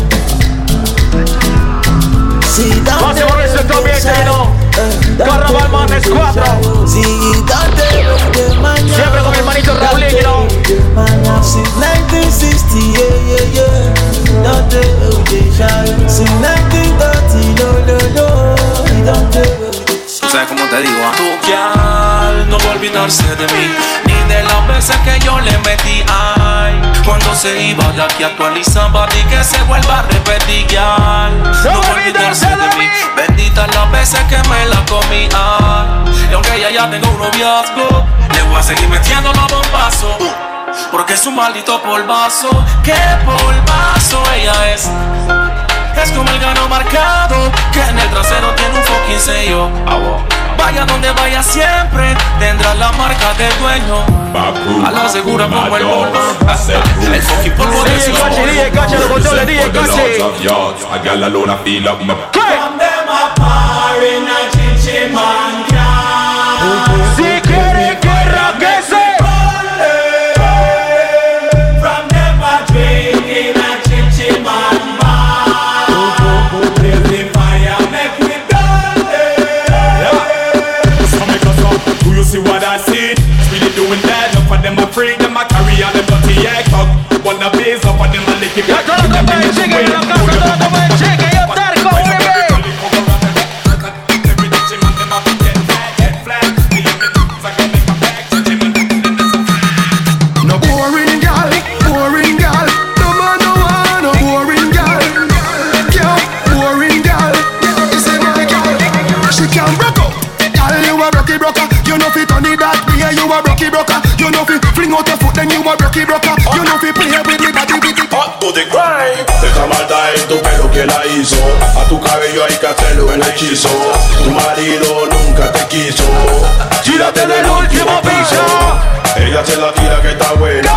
Si Pase por eso también, Chino. Carnaval Manes 4. Si date de mañana. Siempre con mi hermanito Raúl date Líguero. de mañana. Si 1960, yeah, yeah, yeah. Date de Shayo. Si 1930, no, no, no. Date de ¿Sabes cómo te digo? ah? Tuquear, no va a olvidarse de mí Ni de las veces que yo le metí Ay, cuando se iba de aquí actualizaba Y que se vuelva a repetir ya No va a olvidarse de mí Bendita las veces que me la comí Ay, y aunque ella ya tenga un noviazgo Le voy a seguir metiendo los bombazos Porque es un maldito polvazo Qué polvazo ella es es como el gano marcado Que en el trasero tiene un fucking sello Vaya donde vaya siempre Tendrá la marca del dueño A la segura como el polvo El fucking polvo de Sí, su caché, DJ, caché, lo controla, DJ, caché. I got a load of feel up my ¿Qué? Them a par in a chinchy man car see what I see. Really doing that. Enough of them are free. Them are carry all them dirty act up. One of these, enough of them are licking. Ya yo lo tomo en chique, yo lo caso, yo lo tomo en chique, yo terco, bebé. No boring girl, boring girl. No man no want no boring girl. Yeah, boring girl. It's a my girl. She can broke up. Girl, you a rocky broker. You know fit on it that way. You a rocky broker. You know fit fling out your foot, then you a rocky broker. You know fit play with me body, with it. Hot to the grind. Deja maldad en tu pelo que la hizo. A tu cabello hay que hacerlo el hechizo. Tu marido nunca te quiso. Tírate en el último piso. Ella se la tira que está buena.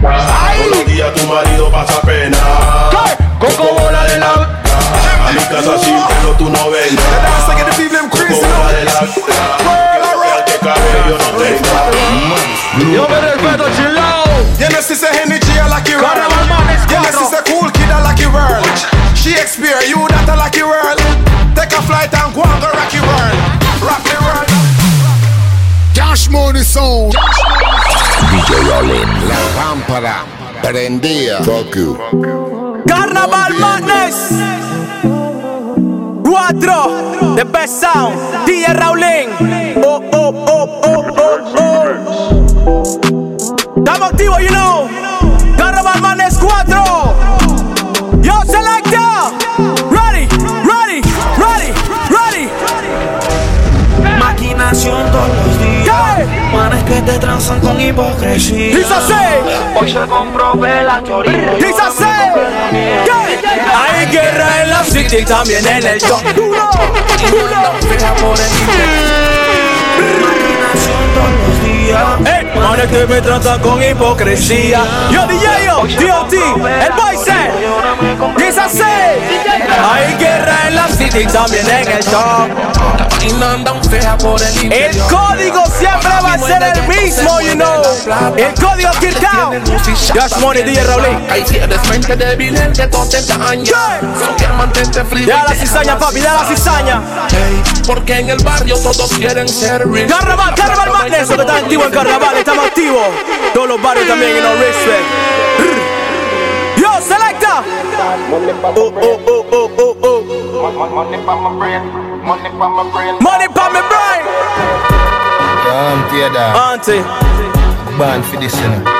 Todos los días tu marido pasa pena. Coco bola de la. A mi casa sin pelo tú no vengas. Coco bola de la. Que cabello no tenga. Yo me respeto, chilao. Yeah, me sister energy, I like you world. Yeah, me sister cool kid, I like you world. Shakespeare, you that I like you world. Take a flight and go and go rock your world. Rock the world. Cash Money Sound. DJ Rolling. La pámpara prendida. Fuck you. Carnaval Madness 4 The Best Sound DJ Raulín Oh, oh, oh, oh, oh, oh Estamos activos, you know Carnaval Madness 4 Yo, Selecta Ready, ready, ready, ready Maquinación todos los días Manes que te transan con hipocresía Dice así. Hoy se comprobé la teoría Dice así. Hay guerra en la city también en el top Duro, por el Maquinación todos los días Ey, manes Eh, que me tratan con hipocresía Yo, DJ, yo, DOT, el Boise Dice así. Hay guerra en la city también en el top El código siempre va a ser el mismo, you know El código Kirk Down Just Money, DJ Raulín Ahí sí eres mente débil, el que todo te daña. Son que mantente frío. Ya la cizaña, papi, ya la cizaña. Porque en el barrio todos quieren ser rich. Carnaval, carnaval, madness, eso que está activo en carnaval, estamos activos. Todos los barrios también, en no respect. Brr. Yo, selecta. Oh, oh, oh, oh, oh, oh. Money pa' mi Don't tear brain. that. Auntie. Ban for this, you know.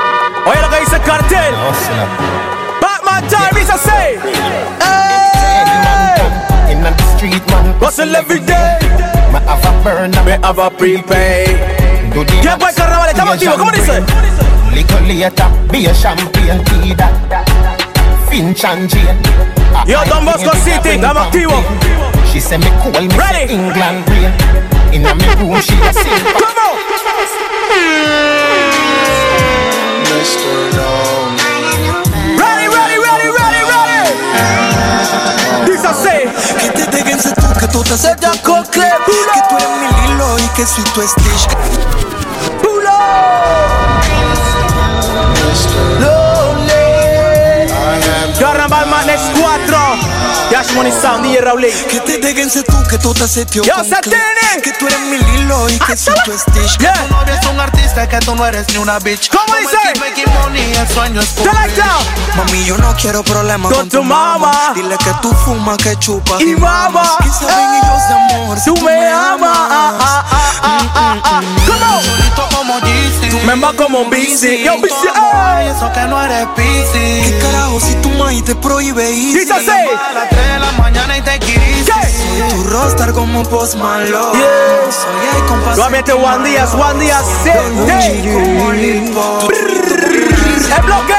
Oye lo que dice el cartel. Hustler. Batman time is a say. In the street, man. Hustle every day. Me have a burn and me have a prepaid. Do the Ya pues carnaval, estamos Be a activos, ¿cómo dice? champagne. Little later, be a champagne tea that. Finch and Jane. A Yo, high Don Bosco grade, a City, wing estamos campaign. activos. She say me cool, me say England green. In a me room, she a sing. Mr. Ready, ready, ready, ready, ready. Dice así. Que te dejen ser tú, que tú te haces ya cocle Que tú eres mi lilo y que soy tu Stitch Carnaval Madness 4. Yash Money Sound, DJ Raulín. Que te dejen ser tú, que tú te haces tío Yo, con se click. tiene. Que tú eres mi lilo y que soy tu Stitch Yeah. Que tu novia es un artista, que tú no eres ni una bitch ¿Cómo Como el dice? keep making money, el sueño es Selecta. publish. Mami, yo no quiero problemas Con con, tu mamá. Dile que tú fumas, que chupas Y mama. mamas. Que saben ellos de amor, si Tú me amas. Ah, ah, ah, ah, ah, ah. ¿Cómo? Solito como Yeezy. Tú me amas como un bici. Yo, bici. Todo mal, y eso que no eres piscis. ¿Qué carajo si tu maíz te prohíbe ir? Dice así. A las 3 de la mañana y te quise. Soy tu rockstar como Post Malone. Yeah. Soy el compás. Nuevamente, Juan Díaz, Juan Díaz, Gucci, como City. Lil Pump. El bloque.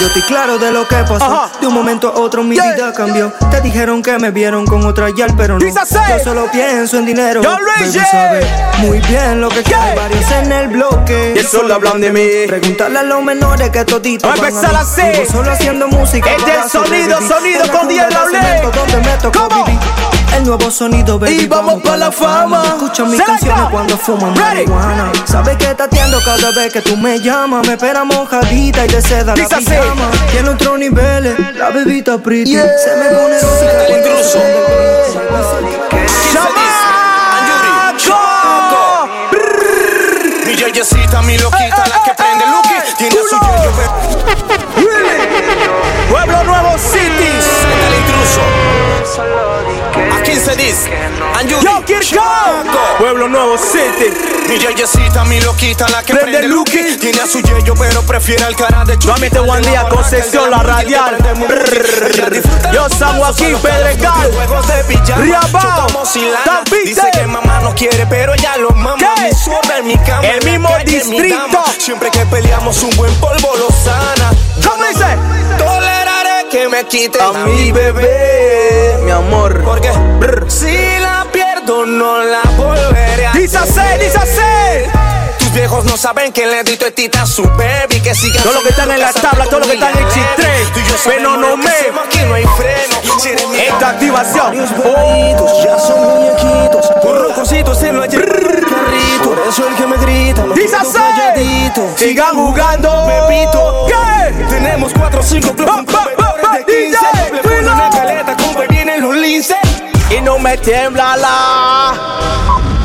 Yo estoy claro de lo que pasó. Ajá. De un momento a otro mi Yeah. vida cambió. Te dijeron que me vieron con otra yal, pero no. Dice así. Yo solo pienso en dinero. Yo, Baby, Luigi. sabes muy bien lo que quiero. Hay varios en el bloque. Y solo hablan de mí. Preguntarle a los menores que todito. Va a van empezar mí. así. Vivo solo haciendo música. Este para es el sonido, sobrevivir. sonido En la con cuna Diego de cemento Laulé. donde me tocó ¿Cómo? vivir. El nuevo sonido, baby. Y vamos pa' pa' la fama. Escucha mis Selecta. canciones cuando fumo Ready. marihuana. Sabes que te atiendo cada vez que tú me llamas. Me espera mojadita y de seda la Dice así. pijama. Tiene otro nivel, la bebita pretty. Yeah. Se me pone rosita cuando se Incluso. pone gris. Salgo así. Chamaco. Yesita, mi loquita, la que prende Lucky. Tiene a su yo Pueblo Nuevo Cities. El intruso. A 15 dis. Anjudy. Yo, Kirko. Pueblo Nuevo City. Mi yeyecita, mi loquita, la que prende, Lucky. Tiene a su yeyo, pero prefiere el cara de chulo. Mami, te buen día, Concepción, la radial. Yo, San Joaquín, Pedregal. Riabao. Tapite. Dice que mamá no quiere, pero ella lo mama. Mi zorra en mi cama. El en mismo la calle, en mi distrito. cama. Siempre que peleamos, un buen polvo lo sana. ¿Cómo dice? Toleraré que me quite A mi bebé, mi amor. Porque si la pierdo, no la volveré a Dice así, tener. dice así. Tus viejos no saben que le edito tita a su baby. Que sigan Todos los que están en la tabla, todos los que están en el chitre. Pero no me. Aquí no hay freno. Si eres mi Esta activación. Varios ya son muñequitos. Oh. Por rocositos se lo lleva el carrito. Por eso el que me grita, me Dice quedo así. calladito. Sigan jugando. Pepito. ¿Qué? Tenemos cuatro, cinco clubes de 15. Le ponen una caleta, compa, y vienen los lince. Y no me tiembla la.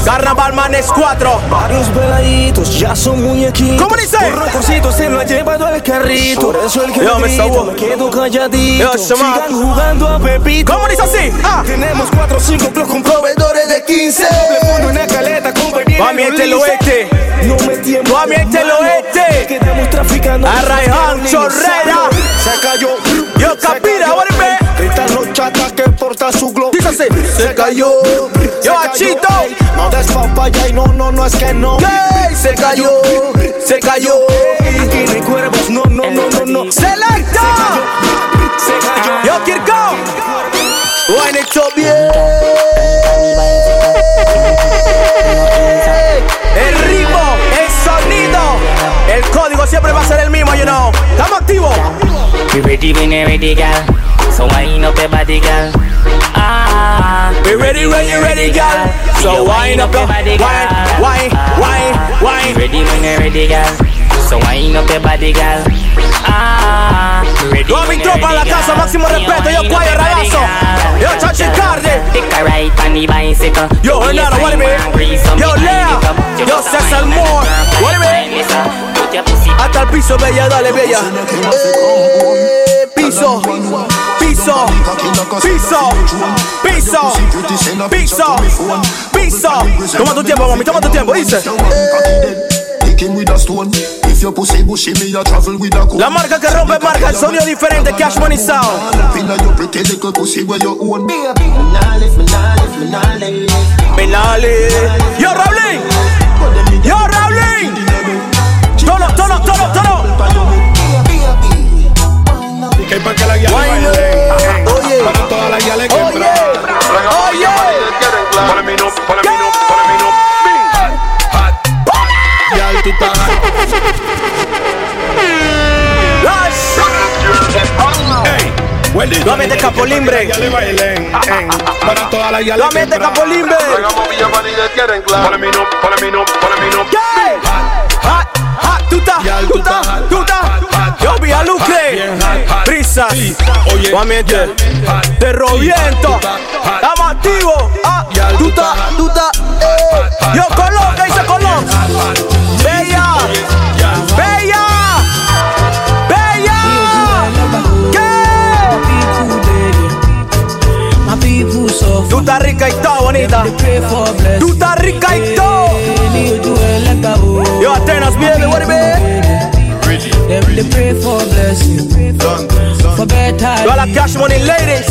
Carnaval Manes 4. Varios peladitos ya son muñequitos. ¿Cómo dice? Por rocositos se lo ha llevado el carrito. Por eso el que Yo, me me grita, sabuo. me quedo calladito. Yo, Shema. Sigan jugando a Pepito. ¿Cómo dice así? Ah. Tenemos cuatro, cinco clubes con proveedores de 15. Le ponen una caleta, compa, y vienen Mami, los este lo lince. este. No me tiembla. Mami, este hermano, lo este. que Estamos traficando. Arraiján, Chorrera. Se cayó. Yo, Capira, vuelve. Grita chata que porta su globo. Dice así. Se cayó. se Yo, cayó. Achito. Ey, No des papaya y no, no, no es que no. Ey, Se cayó, se cayó. Ey, Aquí no hay cuervos, no, no, no, no, no. ¡Selecta! Se cayó. Yo, Kirko. Bueno, hecho bien. El ritmo, el sonido. El código siempre va a ser el mismo, you know. Estamos activos. You ready, when you ready, girl. So wind up your body, girl. Ah, We ready when you ready, girl. So wind up your body, girl. wine, wine, wine, You wine. ready, when you ready, girl. So wind up your body, girl. Ah, you ready, Toda mi when you tropa en la ready, girl. casa, máximo You respeto. Yo, wind up Cuayo your body, Ragazo. girl. Yo, Chachi Cardi. Take a ride on the bicycle. Yo, Hernando, what it mean? Yo, Lea. Yo, César Moore. What it mean? Hasta el piso, bella, dale, bella. Eh, Piso, piso, piso, piso, piso, piso. Toma tu tiempo, mami, toma tu tiempo, dice. Kicking with a stone. If your pussy bushy, me a travel with a cone. La marca que rompe marca el sonido diferente, Cash Money Sound. Pinna your pretty little pussy where you own. Penales. Yo, Raulín. Yo, Raulín. Tono, tono, tono, tono. Que para que la guía Guayne. Oye. Para todas las guías le Oye. Oye. tú estás Lo mete capo limbre. Ya le bailen, en. Para todas las guías le Lo mete capo limbre. Yeah. Hot, hot, tú estás, tú estás, tú estás. Yo vi a Lucre. Brisas. Nuevamente. Te robiento. Estamos activos. Ah, tú estás, tú estás. eh. Yo Colón, ¿qué dice Colón? Bella. Bella. Bella. ¿Qué? Tú estás rica y todo bonita. Tú estás rica y todo. Yo Atenas, baby, what it be? Them they pray for blessing, for better. Yo a la cash money ladies.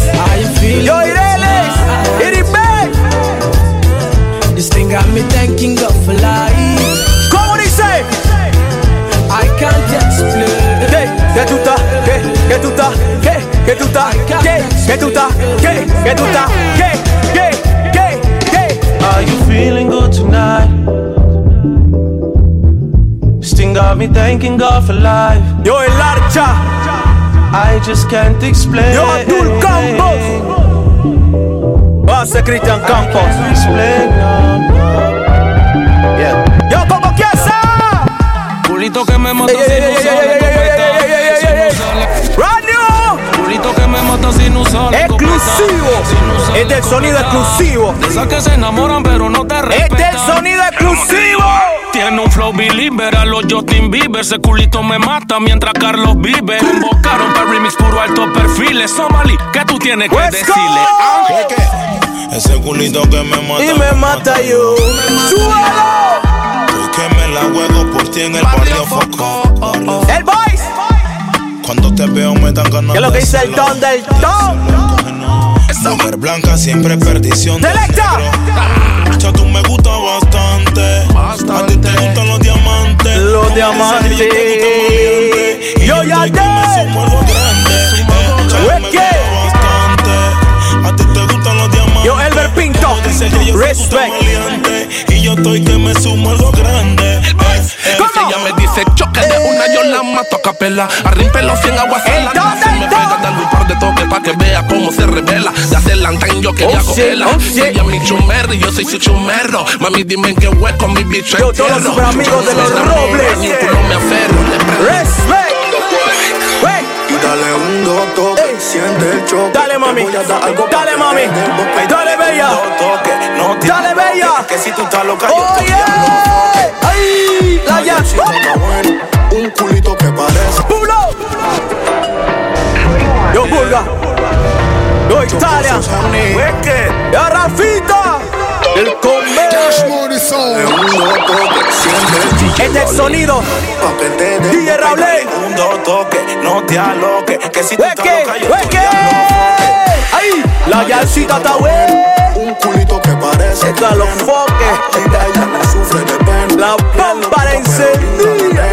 Yo Ireles. Iribe. This thing got me thanking God for life. ¿Cómo dice? I can't explain. ¿Qué? ¿Qué tú estás? ¿Qué? ¿Qué tú estás? ¿Qué? ¿Qué tú estás? ¿Qué? ¿Qué tú estás? ¿Qué? ¿Qué tú estás? ¿Qué? ¿Qué? ¿Qué? ¿Qué? Are you feeling good tonight? Sting got me thanking God for life. Yo el archa. I just can't explain. Yo Abdul Campos. Pase Cristian Campos. Yo como que hace. Culito que me moto Ey, ey, sin ey, usar ey, la ey, ey, copeta, ey, ey, ey, ey, ey, sin usar la- Brand new. Culito que me moto sin usar la copeta, Exclusivo. sin usar Este la es el sonido copeta. exclusivo. De esas que se enamoran pero no te Este es el respetan. sonido exclusivo. Tiene un flow Believer, a los Justin Bieber. Ese culito me mata mientras Carlos vive. Invocaron para remix puro alto perfil. Somali, ¿qué tú tienes que Let's go. decirle? Ese culito que me mata. Y me mata yo. Tú que me la juego por ti en el barrio foco. oh, El boys. Cuando te veo me dan ganas ¿Qué es lo de que dice el hacerlo. don del don? Mujer blanca siempre perdición. ¡Selecta! Mucha tú me gusta bastante. A ti te gustan los diamantes. Los diamantes. Yo ya te. Eh, Yo Elber Pinto, respect. Y yo estoy que me sumo a lo grande. Eh, Dice, ella me dice, choque de una, yo la mato a capela. Arrimpe los 100 aguas en la nada, se me pega, dale un par de toques pa' que vea cómo se revela. Ya se lanzan, yo quería Oh, shit, cogerla. oh, shit. Ella es mi chumerro y yo soy su chumerro. Mami, dime en qué hueco mi bicho Yo, todos los super amigos de los Robles. me aferro, le prendo. Y dale un dos toques, siente el choque. Dale mami, dale mami, dale bella. no dale bella. Que si tú estás loca, yo estoy Ay, la ya. Un culito que parece. Pulo. Yo Burga. Yo Italia. Wicked. Yo Rafita. El comer. Eh. Este es el sonido. DJ Raulé. Un dos toque, no te aloques. Que si tú estás loca, yo estoy Ay, la yalcita está wey. Un culito que parece. Está los foques. La bomba de encendida.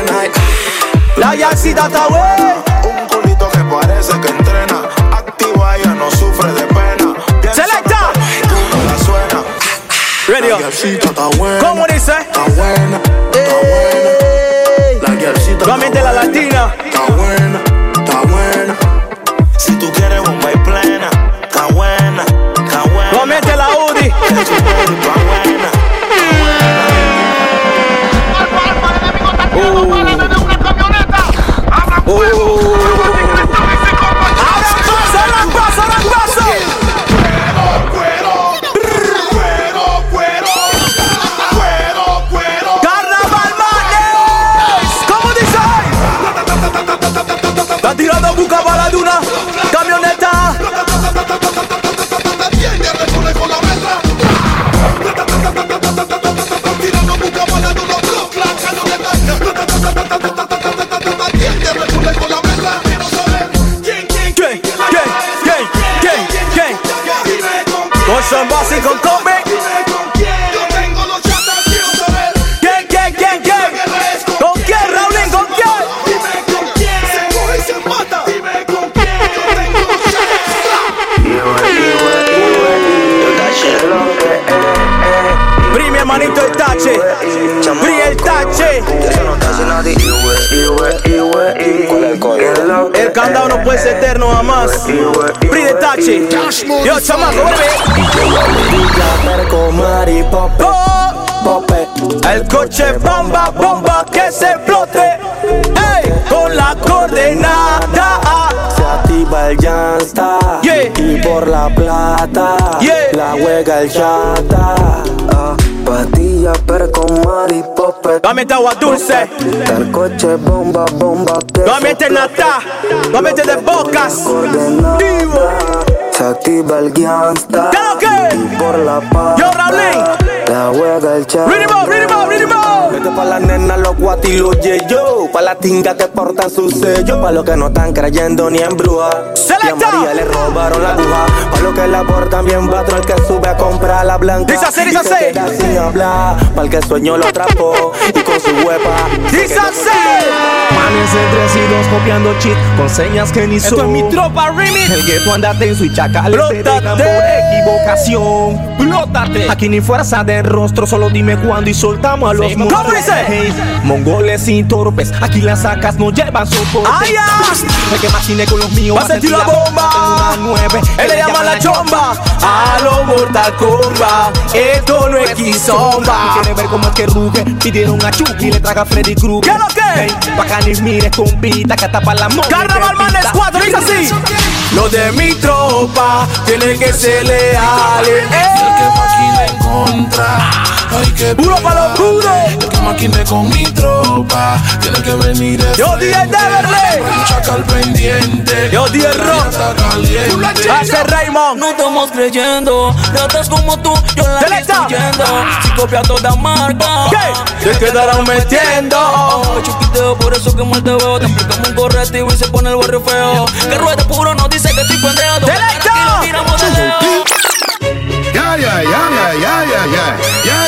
La yalcita está wey. que parece que entrena. Activa, ella no sufre de pena. Selecta. la suena. Radio. ¿Cómo dice? Está buena, La guiarcita. Nuevamente la latina. Está buena, está buena. Si tú quieres bomba y plena, está buena, está buena. Nuevamente la Udi. ¿Cómo dice? Está tirando buca para la duna. Camioneta. ¿Quién? ¿Quién? ¿Quién? ¿Quién? ¿Quién? Con Sean Bass y con Combe. ¿Quién? ¿Quién? ¿Quién? ¿Quién? ¿Con quién, Raulín? ¿Con quién? Primi hermanito el tache. Pri el tache. El candado no puede ser eterno jamás. Pri de tache. Yo, chamaco, vuelve. El coche bomba, bomba que se explote. Ey, con la coordenada. Se activa el llanta y por la plata la juega el chata. Ah, Patilla per con maripope. Dame este agua dulce. El coche bomba, bomba. que Dame este nata. Dame este de bocas. Divo. Se activa el gangsta. Y por la pata. Yo, La juega el chata. Vete pa' la nena, los guatis, los yo. Pa' la tinga que portan su sello. Pa' los que no están creyendo ni en bruja. Y a María le robaron la aguja. Pa' los que la portan bien batro. El que sube a comprar la blanca. Dice así, y dice se así. queda sin hablar. Pa' el que sueño lo atrapó. Y con su huepa. Dice Manes entre sí dos copiando cheat. Con señas que ni son. Esto es mi tropa remix. El gueto anda tenso y chacales se dejan por equivocación. Plótate. Aquí ni fuerza de rostro, solo dime cuándo y soltamos a los ¿cómo monstruos. dice? Hey, mongoles y torpes, aquí las sacas no llevan soporte. ¡Ay, ya! El que machine con los míos Va a sentir la bomba. Tengo una nueve, Él le llama la chomba. A lo Mortal Kombat. Esto no es Kizomba. Quiere ver cómo es que ruge, pidieron a Chucky y le traga a Freddy Krueger. ¿Qué lo que? Bacanis, mire, con vida, que tapa la mona. Carnaval Manes 4, dice así. Los de mi tropa tienen que ser Eh. leales. El que más en contra. Puro para los puros. maquiné con mi tropa. Tiene que venir este. Yo di el Deverly. Un chacal pendiente. Yo di el rock. Hace Raymond. No estamos creyendo. Ratas como tú, yo la destruyendo. Ah. Si copia toda marca. ¿Qué? Se quedaron metiendo. Oh, Chiquiteo, por eso que mal te veo. Te aplicamos un correctivo y se pone el barrio feo. Que rueda puro, no dice que estoy pendejo. ¡Delecta! Ya, ya, ya, ya, ya, ya, ya. Ya,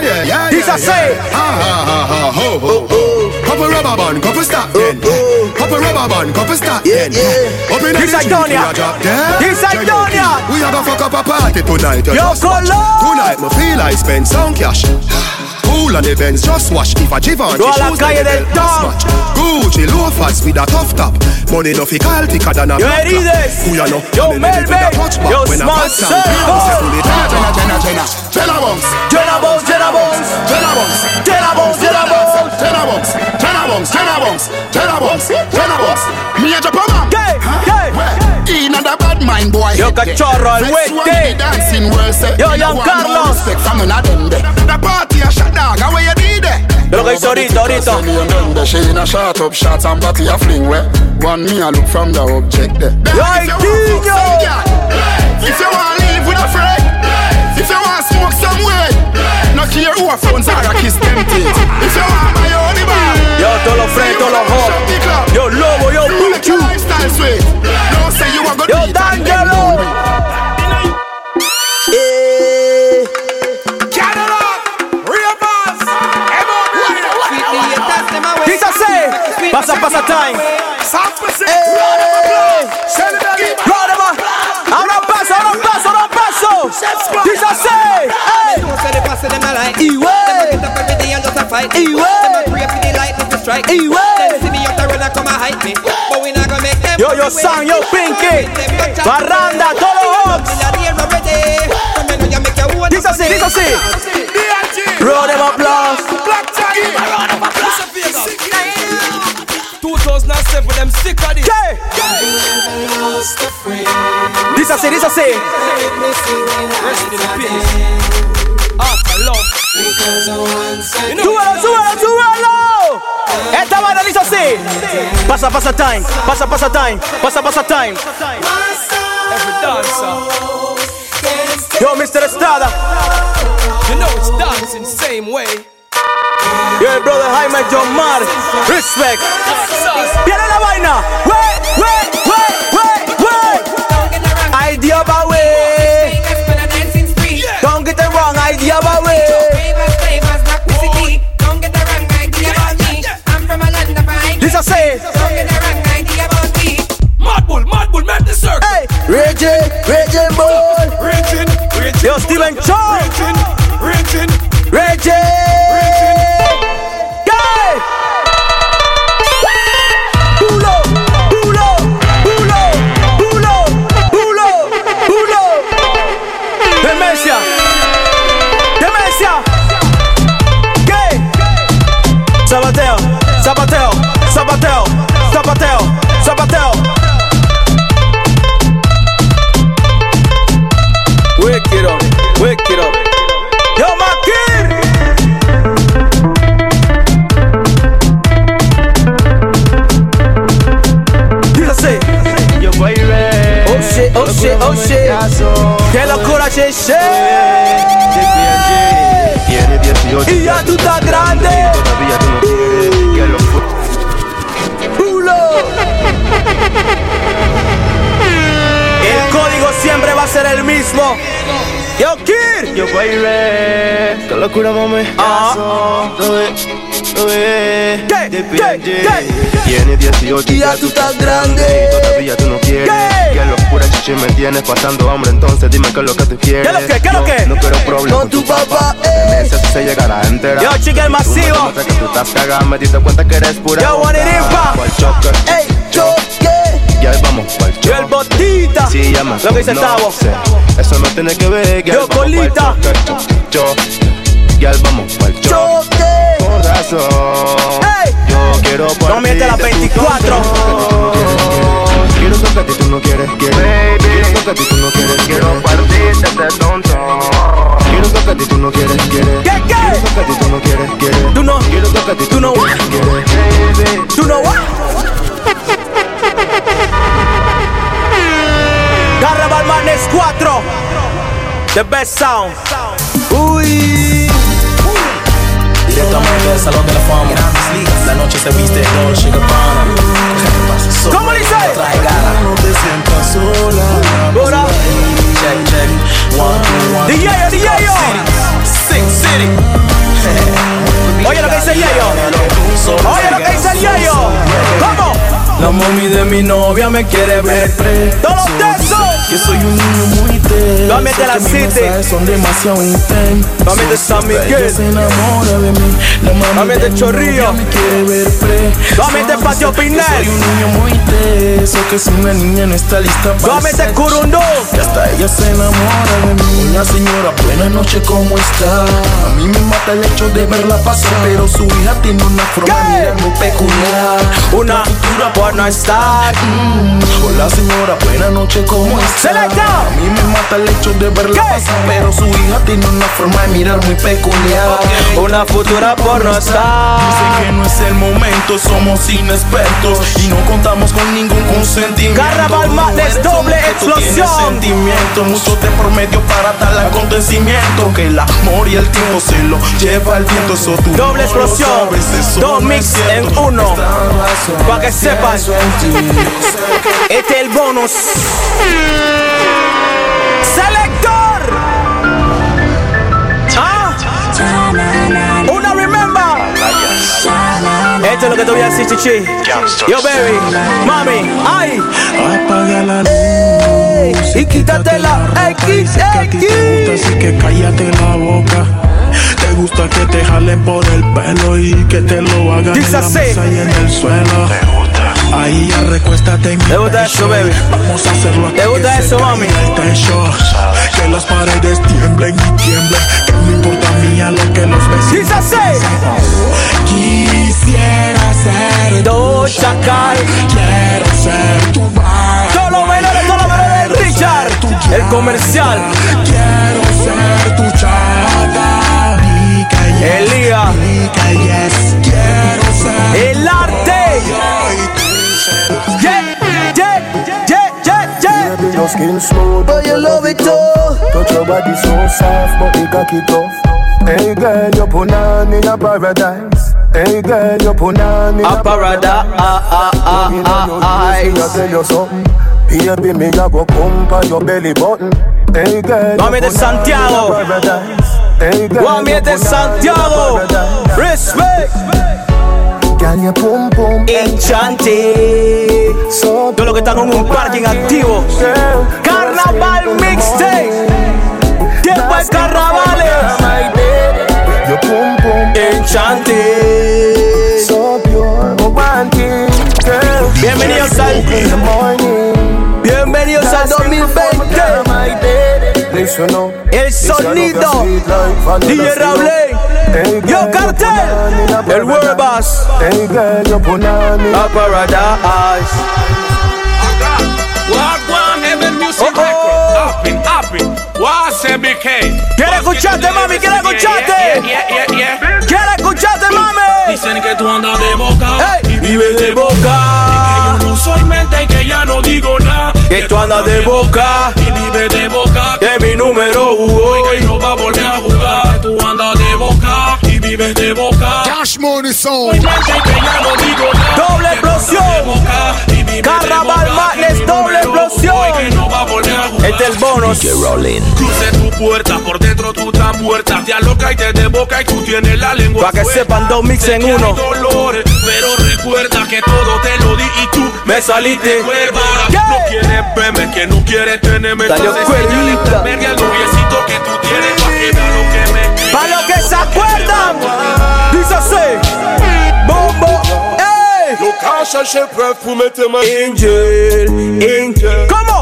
yeah, yeah, This yeah, I say. yeah. Ha, ha, ha, ha, ho, ho, ho. Hop a rubber band, cup a stop. then. Hop a rubber band, cup a stop. then. Up in the This I street, done we ya. a drop dead. This I J.O.P. done ya. We a go fuck up a party tonight. you Yo, just watch. Cologne. Tonight, me feel I spend some cash. Pool and the Benz just wash if I Givenchy Yo a la shoes calle and the del Bell Tom. match. Gucci loafers with a tough top. Money no fi call thicker than a Yo, black Herides. clock. Who ya know? Yo, And then they do the Melvin. touch back Yo, when a Small bad time Circle. comes, they pull it out. Jenna, Jenna, Jenna. Jenna Bums. Jenna Bones, Jenna Bones. Jenna Bums. Jenna Bones, Jenna Bones. Jenna Bums. Jenna Bums. Jenna Bums. Jenna Bums. Jenna Bums. Me a Japan man. Gay, gay. In a da bad mind boy. Yo, head there. cachorro, el Vex güey, one gay. be dancing worse. eh. Yo, Me no young want no Carlos. respect from none of them there. The party a shot dog, how you did it? Yo lo que hizo ahorita, ahorita. She in a shot up shots and body a fling where One me a look from the object there. Like Dino. If you want live with a friend, if you want smoke some weed, no care who a phones are a kiss them teeth. If you want my own bar, Yo, todos los friends, todos los hoes. Yo, Lobo, yo, you make your Buchu. lifestyle sweet. No say you a good Yo, D'Angelo. Dice así. Pasa, pasa time. Ahora va. Ahora paso, ahora paso, ahora paso. Dice así. don't say the pass of them a lie. Ey, Them a wey. get up every day and just a fight. Ey, wey. Them a pray for the lightning to strike. Ey, wey. Them see me out the road and come and hype me. But we not gonna make them. Yo, yo, do it. San, yo, Pinky. Barranda, todos los hoes. Till I hear already. From me know you make your own Dice así, dice así. Round of applause. 2007, them sick of this. Yeah. Dice así, dice así. Súbelo, súbelo, súbelo. Esta banda dice así. Pasa, pasa time. Pasa, pasa time. Pasa, pasa time. Every dancer, Yo, Mr. Oh, Estrada. you know it's dancing same way. Yo, el Eh, brother Jaime John Mar. Respect. Viene la vaina. Wey, wey, wey, wey, wey. Idea ba wey. Don't get the wrong idea ba wey. This I say. Mad bull, mad bull, make the circle. Hey. Reggae, reggae boy. Raging, raging. Yo, Steven Chow. Raging, raging. Reggie. Gay. Pulo, pulo, pulo, pulo, pulo, pulo. Demencia. Demencia. Gay. Sabateo, sabateo, sabateo, sabateo, sabateo. Wicked up, wicked up. Yo, Makir. Dice así. Oh shit, oh shit, oh shit. Qué locura, che, che. Y ya tú estás grande. Pulo. El código siempre va a ser el mismo. Yo, Kir. Yo baby, qué locura mami Ah. Lo ve, lo ve ¿Qué? De ¿Qué? PNG Tienes 18 Y ya tú estás grande. Y todavía tú no quieres ¿Qué? Que locura chichi me tienes pasando hambre Entonces dime qué es lo que tú ¿Qué quieres es lo que? ¿Qué es lo Yo que? No quiero problemas Con tu papá, De meses se llegará a enterar Yo, chica, el Y tú me masivo. demuestras que tú estás cagada Me diste cuenta que eres pura Yo, Juan bondad. Irimpa. Cual choque Ey, yo, ¿qué? Y ahí vamos, cual Yo el choque gotita. Si llamas, Lo que dice no Tavo. sé. Eso no tiene que ver. que Yo, colita. Yo, ya vamos pa'l choque. Corazón. Yo quiero partir No miente las de tu 24. Quiero tocarte y tú no quieres, quiero Quiero tocarte y tú no quieres, quiero partirte este tonto Quiero tocarte y tú no quieres, quieres Quiero tocarte y tú no quieres, quieres Tú no Quiero tocarte y tú no quieres, quieres Tú no Garra Balmanes 4. The best sound. Uy. Directamente del salón de la fama. La noche se viste de Dolce y Gabbana. ¿Cómo dice? Trae gala. No te sientas sola. Ahora. Check, check. One, two, one. DJ, two. DJ, yo. Sick City. Oye lo que dice el yayo. Oye lo que dice el yayo. ¿Cómo? La mami de mi novia me quiere ver Todos Que soy un niño muy teso Dame de la que mis City. mensajes son demasiado intensos Dame de San Ella Miguel. se enamora de mí La mami Dame de mi Chorrillo. novia me quiere ver preso. Dame de Patio Que Pinel. Soy un niño muy teso Que si una niña no está lista para Dame el de sexo. Curundú. Que hasta ella se enamora de mí Una señora, buenas noches, ¿cómo está? A mí me mata el hecho de verla pasar Pero su hija tiene una forma de mirar muy peculiar Una cultura por no estar Hola señora, buenas noches, ¿cómo está? Mm, Selecta. A mí me mata el hecho de verla pasar Pero su hija tiene una forma de mirar muy peculiar Una futura por no estar. Sé que no es el momento, somos inexpertos Y no contamos con ningún consentimiento Carnaval Madness, Mujeres son doble mujeres, tú tienes explosión. sentimiento Mucho te promedio para tal acontecimiento Que el amor y el tiempo se lo lleva el viento Eso tú no Doble lo explosión. sabes, eso Dos no es mix en cierto. uno. Esta razón Pa' que sepan. pienso en ti. Este es el bonus. Selector. Ah. Una remember. Esto es lo que te voy a decir, chichi. Yo, baby. Mami. Ay. Apaga la luz y quítate la X. Que a ti te gusta, así que cállate la boca. Te gusta que te jalen por el pelo y que te lo hagan en Dice la así. mesa y en el suelo. Ahí ya recuéstate en mi ¿Te gusta pecho eso, baby? y Vamos a hacerlo hasta ¿Te gusta que se eso, caiga mami? el techo. Que las paredes tiemblen y tiemblen. Que no importa a mí a lo que los vecinos Dice así. Quisiera ser Do chacal. Quiero ser tu bar. Todos los menores, todos los menores de Richard. El comercial. Quiero ser tu chava. Di que yes, Elía. di que yes. Quiero ser El arte. Yeah, yeah, yeah, yeah, yeah. Baby, your skin smooth, but you love it too. Touch your body so soft, but it cocky tough. Hey girl, you put on in a paradise. Hey girl, you put on in a, A parada, ah, ah, ah, ah, ah, I tell you something. Baby, me a go pump on your belly button. Hey girl, you Mami de put on in a Santiago. paradise. Hey girl, Guami you es de put on in a Santiago. paradise. Respect. Girl, you pum pum. Enchante. So Todo lo que están en un parking activo. Carnaval Mixtape. Tiempo de carnavales. You Eh. pum pum. Enchante. So pure, romantic, girl. Bienvenidos al- In the morning. Bienvenidos al 2020. Listen up. El sonido. DJ Raulé. Yo, cartel. El Werbas. Hey girl, you put on me. A Paradise. Wagwan Heaven Music Oh, oh. Record. Up in, up in. Was MBK. Quiero escucharte, mami. Quiero escucharte. Yeah, yeah, yeah, yeah. Quiero escucharte, mami. Dicen que tú andas de boca. Ey. Y vives de boca. Y que yo no soy mente y que ya no digo nada. Que tú andas de boca. Y vives de boca. Que mi número uno. Y que no va a volver a jugar. Que tú andas de boca. Y vives de boca. Cash money song. Soy mente y que ya no digo nada. Doble Que tú andas de explosión. boca y vives de Carnaval boca. Madness, Que mi número doble explosión. uno y que no va a volver a jugar. Este es el bonus. Cruce tu puerta, por dentro tú estás muerta. Te aloca y te de boca y tú tienes la lengua. Pa' que suelta. sepan, dos mix Sé en que hay uno. dolores, pero recuerda que todo te lo di y tú Me saliste. recuerda. Ahora ¿Qué? no quieres verme, que no quieres tenerme. Salió Entonces enséñale cuerita. esta verga al noviecito que tú tienes pa' que vea lo que me. Para los que se acuerdan, dice así: Bombo, ey. Nos cache à chaque preuve pour mettre ma Angel, Angel. ¿Cómo?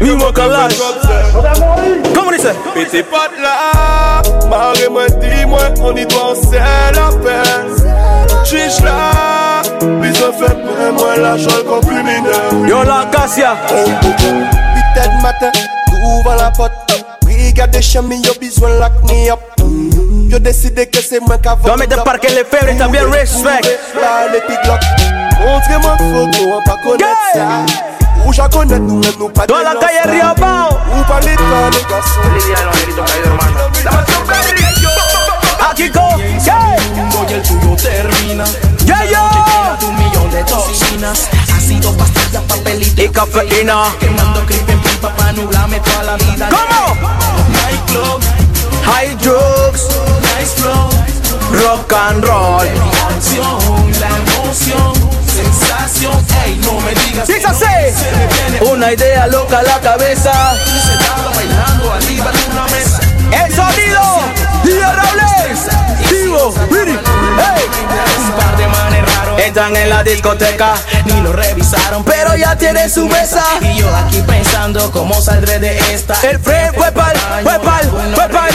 Mimo Kalash. Comment on dit ça Pété pas de là, marrez-moi, dis-moi, on y doit, c'est la peine. Chiche là, puis ça fait pour moi la chole comme criminel. Yo la Cassia. Pité de matin, ouvre la porte. Brigade de chemin, yo besoin lock me up. Yo décidé que c'est moi qui avance. Dame de parque les fèvres, también respect. Là, les big lock. Montrez-moi photo, on pas connaître ça. Ou ya connaître nous-mêmes, nous pas Dans la calle Riobao. Ou pas les temps, les garçons. Aquí con. Hoy el tuyo termina. Yeah, yo. Tu millón de toxinas. Ácido, pastillas, papelito. Y cafeína. Quemando creep en pipa pa' nublarme toda la vida. ¿Cómo? Nightclub, High drugs. nice flow. Rock and roll. La canción, la emoción. Sensación, ey, no me digas. Dice que no, así. se me viene Una idea loca a la cabeza. sentado bailando arriba de una mesa. El sonido. Diarables. Vivo. Miri. Hey. Un par de manes raros. Entran en la discoteca. ni lo revisaron, Pero ya tiene su mesa. Y yo aquí pensando cómo saldré de esta. El fre- fue pa'l, fue pa'l, fue pa'l.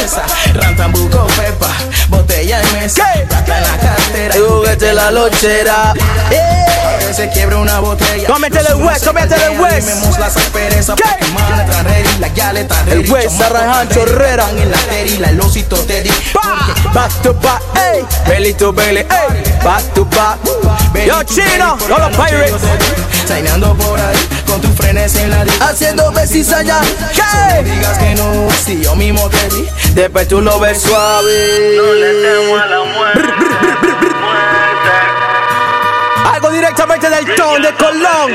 Rantambuco, pepa, botella y mesa. ¿Qué? Placa en la cartera. El juguete la lochera. Eh. Se quiebra una botella. No, métele el hueso, métele el hueso. Las asperezas, ¿Qué? porque mala está ready, la guiala está ready. El hueso, Chamaco Rajan está ready, Chorrera. están En la teri, la losito te di. Ba, Back to back, ey, belly to belly, ey, back to back. Yo chino, no los pirates, Sainando por ahí, con tus frenes en la disco. haciendo allá, No hey. digas que no, si yo mismo te di. Después tú lo ves suave. No le Algo directamente del ton de Colón.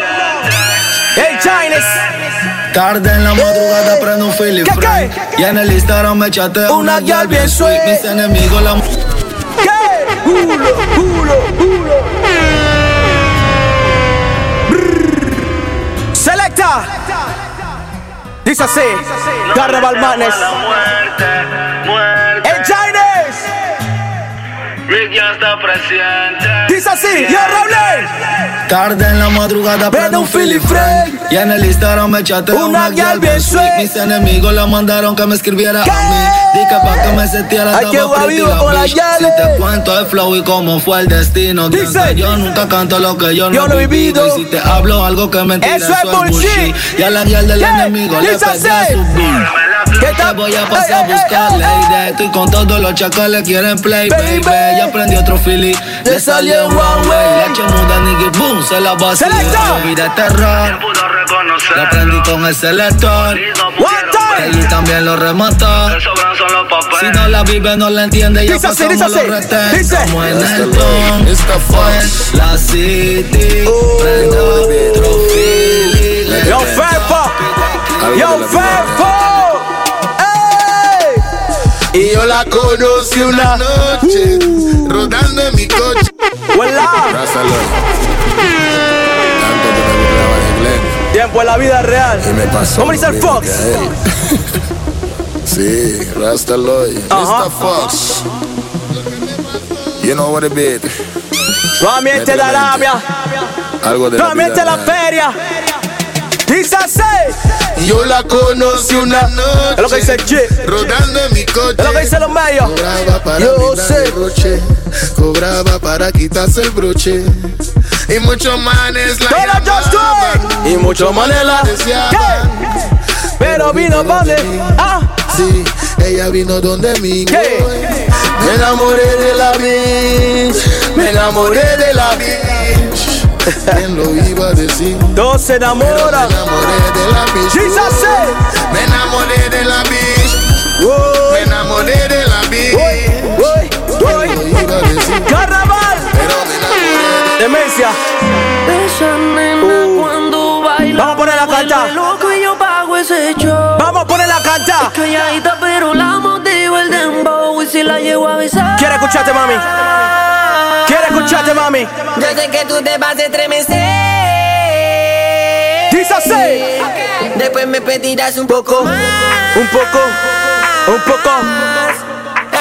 El Chines, Tarde en la madrugada prendo un Philip ¿Qué, qué? Frank. Y en el Instagram me chateo Una girl bien sweet. sweet. Mis enemigos la ¿qué? Culo, culo, culo. Brr. Selecta. Dice así, Garra Balmanes. El Chines. está presente. Dice así, yo Raulé. Tarde en la madrugada prendo un Philip Frank. Y en el Instagram me chateo Una girl bien sweet. Mis enemigos la mandaron que me escribiera a mí. Dica pa' que me sentiera Ay, que estaba va pretty vivo la con la bitch. yale. Si te cuento el flow y cómo fue el destino. Dice. piensa, yo nunca canto lo que yo, Yo no no he he vivido. vivido. Y si te hablo algo que mentira, Eso es bullshit. Y a la girl del Yeah. enemigo le Dice pegué a así. su beat. ¿Qué Te tal? voy a pasar Ey, a ey, ey, buscarle ey, ey. idea. Estoy con todos los chacales quieren play, baby. Baby. Ya prendí otro Philly. Le salió un one way. La chemuda nigga boom se la vacilé. Selecta. La vida es terror. Pudo La reconocer. prendí con el selector. One time. Él también lo remató. Sobran solo papeles. Si no la vive, no la entiende. Ya Dice así, pasamos dice así. los retén. Dice. Como en el ton, esta fue la city. Oh. Prendo otro Philly. Le Yo prendo Fepo. Yo Fepo. Ey. Uh. Y yo la conocí una noche rodando en mi coche. Huela. Rásalo. Tanto que me gustaba el inglés. Tiempo en la vida real. Y me pasó. ¿Cómo dice el lo mismo Fox? que a él. sí, Rastalo. Ajá. Mr. Fox. You know what it be. Nuevamente la labia. Algo de la Nuevamente vida la real. feria. Dice así. Yo la conocí una noche Es lo que dice el chip. rodando en mi coche. Es lo que dicen los medios. Cobraba para Yo mirar sé. el broche, cobraba para quitarse el broche. Y muchos manes la Todo just do llamaban, it. y muchos manes la deseaban. Pero vino donde. Ah. Sí, ella vino donde mí. ¿Qué? Me enamoré de la bitch, me enamoré de la bitch. ¿Quién lo iba a decir? Dos se Pero me enamoran. enamoré de la bitch. Dice así. Me enamoré de la bitch, me Uy, enamoré de la bitch. uy, Lo uy. iba a decir, Carnaval. pero me enamoré. Demencia. Esa nena cuando baila. Vamos a ponerla a vuelve cantar. Loco y yo pago ese show. Vamos a ponerla a cantar. Calladita, pero la motivo el dembow. Y si la llevo a besar. Quiero escucharte, mami. Quiero escucharte, mami. Yo sé que tú te vas a estremecer. Dice así. Después me pedirás un poco más. Un poco. Un poco.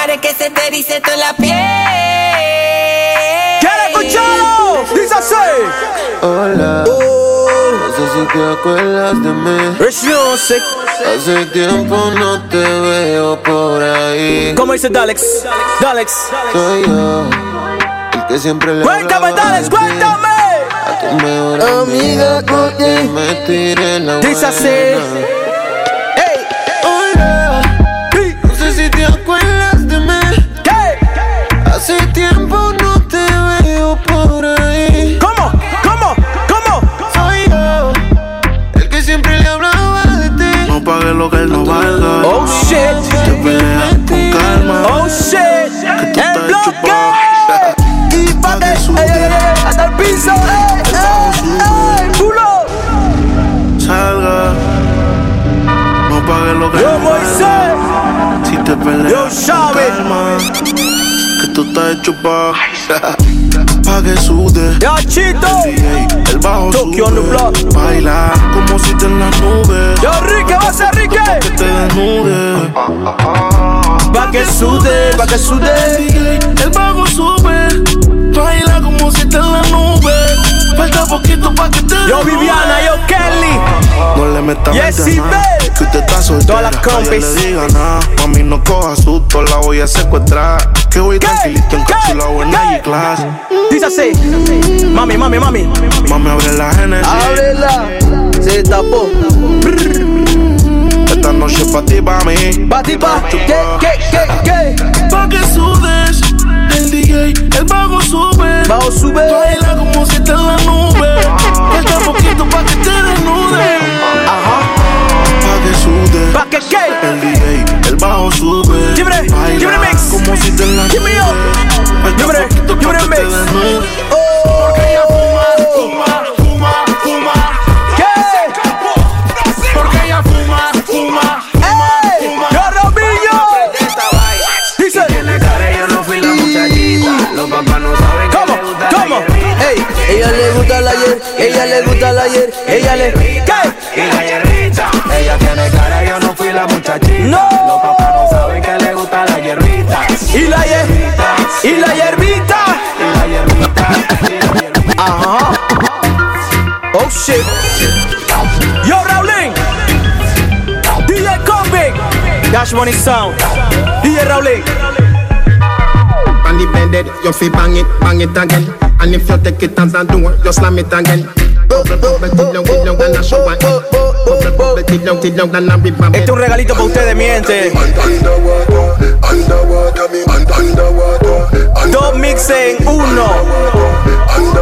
Haré que se te dice toda la piel. Quiero escucharlo. Dice así. Hola, Uh, no sé si te acuerdas de mí. Rich Music. Hace tiempo no te veo por ahí. ¿Cómo dice Dalex? Dalex. Soy yo, el que siempre le Cuéntame, hablaba Dalex, de ti. cuéntame. A tu mejor amiga, no te me tiré la Dice así. buena. Oye, no sé si te acuerdas de mí. Hace tiempo no te veo por ahí. ¿Cómo? ¿Cómo? ¿Cómo? Soy yo, el que siempre le hablaba de ti. No pague lo que él no valga. Oh shit. Te peleas con calma. Oh shit. El bloque. Y pate. Ey, ey, ey, Hasta el eh, piso. Ey, ey, ey, culo. Salga. No pague lo que Yo, no valga. Moisés. Si te peleas Yo, con Chávez. calma, Que tú estás chupado. Pague sude. Ya, chito. El, DJ, el bajo Tokyo on the sube. block. Baila como si te en las nubes. Yo, Rique, va a ser Rique. Que te desnude. Pa' que sude, pa' que sude. El bajo sube, baila como si esté en la nube. Falta poquito pa' que te Yo, desnude. Viviana, yo, Kelly. No le metas Yes, mente a Ibel. nada, Que usted está soltera Todas las nadie compis. le diga nada Mami, no coja susto La voy a secuestrar Que voy tranquilito encapsulado en la class Dice así. Mami, mami, mami. Mami, abre la Genesis Ábrela. Se tapó. Esta noche pa' ti, pa' mí Pa' ti, pa'. ¿Qué, qué, qué, qué? Pa' que sudes El DJ, el bajo sube Bajo sube. Baila como si esté en la nube Falta poquito pa' que te desnude Pa' que sudes Pa' que qué. El DJ, el bajo sube. Give it a- Baila give it a mix. Como si te la Give me up. Falta Give it a- poquito give it a pa' que te mix. desnude. Oh. Porque ella fuma, fuma, fuma, fuma. ¿Qué? Porque ella fuma, fuma, fuma, ¡Ey! fuma. ¡Yo, Romillo! Dice. ¿Cómo? ¿Cómo? Ey, ella le gusta el ayer, ella le gusta el ayer, ella le. ¿Qué? Y la hierrita, ella tiene cara, yo no fui la muchachita. No. Los papás no saben que le gusta la hierrita. ¿Y la hier- ¿Y la hierbita? Ajá. Oh shit. Yo, Raulín. DJ Convict. Dash Money Sound. DJ Raulín. on the bed, head, you fi bang it, bang it again. And if you take it as a door, you slam it again. Bubble, bubble, till long, till long, and a shower head. Bubble, bubble, till long, till long, and a river Este es bed. un regalito para ustedes, mi gente. Dos mixes en uno.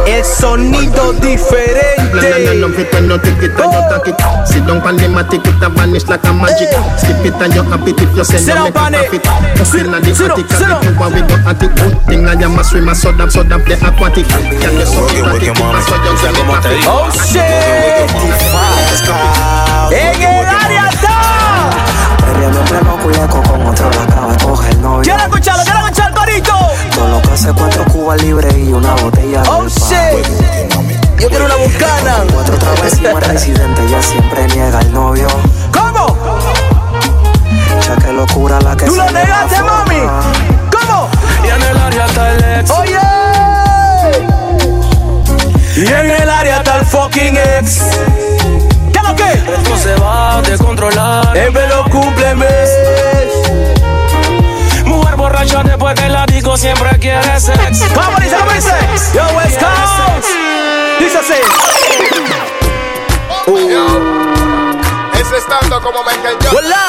El sonido No, no, diferente. no, fit and you take it and you tuck it. Sit down pon them a take it and vanish like a Eh. magic. Skip it and you have it if you send Sit you down make a pon it. profit. Cause Sit- inna the sit down, attic, sit attic, down. you want we go at it. Good thing I am a swimmer, so damn, so damn, the aquatic. Can you suck it, suck it, so you can make a profit. Oh shit. En el área está. Perreando entre culeco con otro la acaba de coger novio. Quiero escucharlo, quiero escuchar el corito. Con lo que hace cuatro cubas libres y una botella de Oh pavo. shit. Yo quiero una bucana. Cuatro travesimas residentes, ella siempre niega al novio. ¿Cómo? Ya que locura la que ¿Tú se lo le da negaste, forma. mami? ¿Cómo? Y en el área está el ex. Oye. Y en el área está el fucking ex. ¿Qué es lo que? Esto se va a descontrolar. En velo cúmpleme. Mujer borracha después del latico siempre quiere sexo. Vamos, dice, vamos, dice. Yo, West Coast. Dice así. Es estando como Michael Jordan, Hola.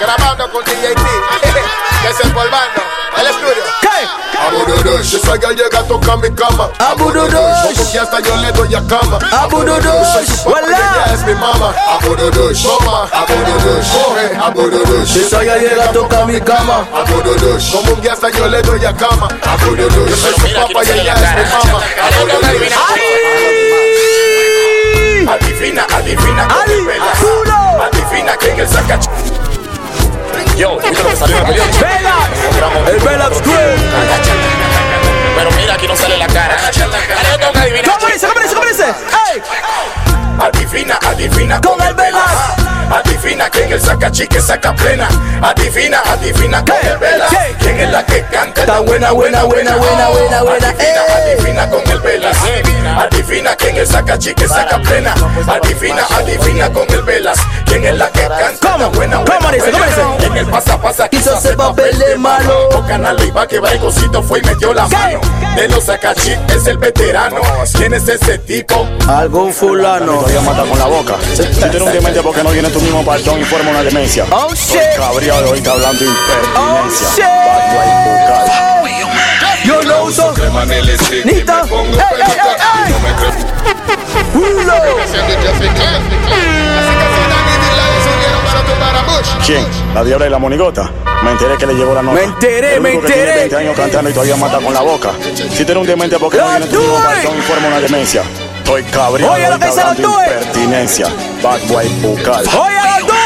grabando con DJ T, desempolvando el estudio. ¿Qué? Abudurush, esa girl llega a tocar mi cama. Abudurush. Poco que hasta yo le doy a cama. Abudurush. es su papá y Hola. ella es mi mamá. Abudurush, toma. Abudurush, coge. Abudurush, esa girl llega a tocar mi cama. Abudurush, como un guía hasta yo le doy a cama. Abudurush, yo soy su papá y ella es mi mamá. Abudurush. Adivina, adivina, Ali, cómo vela. Arturo. Adivina quién el saca. ch- Yo, mira lo que salió en el video. Vela. Programa. El Vela Squid. Pero mira, aquí no sale la cara. Ahora yo tengo que adivinar. ¿Cómo dice? ¿Cómo dice? ¿Cómo dice? ¡Ey! Adivina, adivina Con cómo el Velas. Adivina quién que saca chique, saca plena. Adivina, adivina, con vela. ¿Quién es la que canta? Está buena, buena, buena, buena, buena, buena. Oh. Adivina, adivina con el vela. Adivina quién es saca chique, saca plena. Adivina, adivina con el velas. ¿Quién es la que canta? ¿Cómo? Buena, buena, ¿Cómo dice? ¿Cómo dice? ¿Quién el pasa, pasa? Quizás se papel de malo. Tocan al IVA que va el cosito fue y metió la mano. De los saca chique es el veterano. ¿Quién es ese tipo? Algún fulano. Todavía mata con la boca. Si tú eres un demente porque no tienes tu mismo perdón y forma una demencia. Oh shit. Cabría de hoy está hablando impertinencia. Yo no uso crema en el stick Ni y me tan- pongo ¡Ey, peluca. ey, ey, ey! No me creo- Pulo. ¿Quién? ¿La diabla y la monigota? Me enteré que le llevó la nota. Me enteré, El me único que tiene enteré. 20 años cantando y todavía mata con la boca. Si tienes un demente porque no tienes tu mismo perdón y forma una demencia. Estoy cabreado Oye, lo hoy que está se lo hablando tuve. impertinencia. Bad boy bucal. Oye, los dos.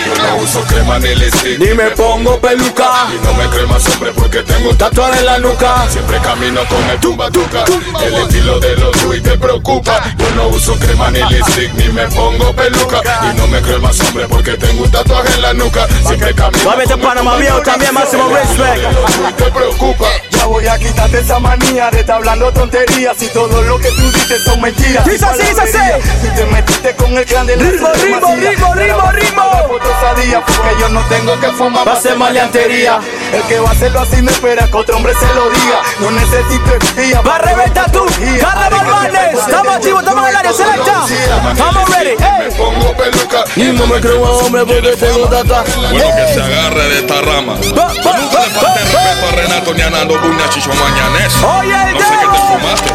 Yo no uso crema en el stick Ni me pongo peluca Y no me crema siempre porque tengo tatuaje en la nuca Siempre camino con el tumba tuca El estilo de los y te preocupa Yo no uso crema en el stick Ni me pongo peluca Y no me crema siempre porque tengo un tatuaje en la nuca Siempre camino Suave este Panamá viejo también, máximo respect. te preocupa Ya voy a quitarte esa manía de estar hablando tonterías y todo lo que tú dices son mentiras. Dice así, dice así. Si te metiste con el grande la Ritmo, haces ritmo, vacía. ritmo, Ahora ritmo, vas a ritmo. pagar por osadía, Porque yo no tengo que fumar Va a ser maleantería. El que va a hacerlo así no espera que otro hombre se lo diga. No necesito espía. Va a reventar tú. Carla Barbanes. Estamos activos, estamos en el área selecta. Estamos ready. Hey. Pongo peluca Y no me creo a hombre porque tengo tatuaje. Bueno que se agarre de esta rama Nunca le falté respeto a Renato ni a Nando Buña Chicho Mañanes Oye, No sé qué te fumaste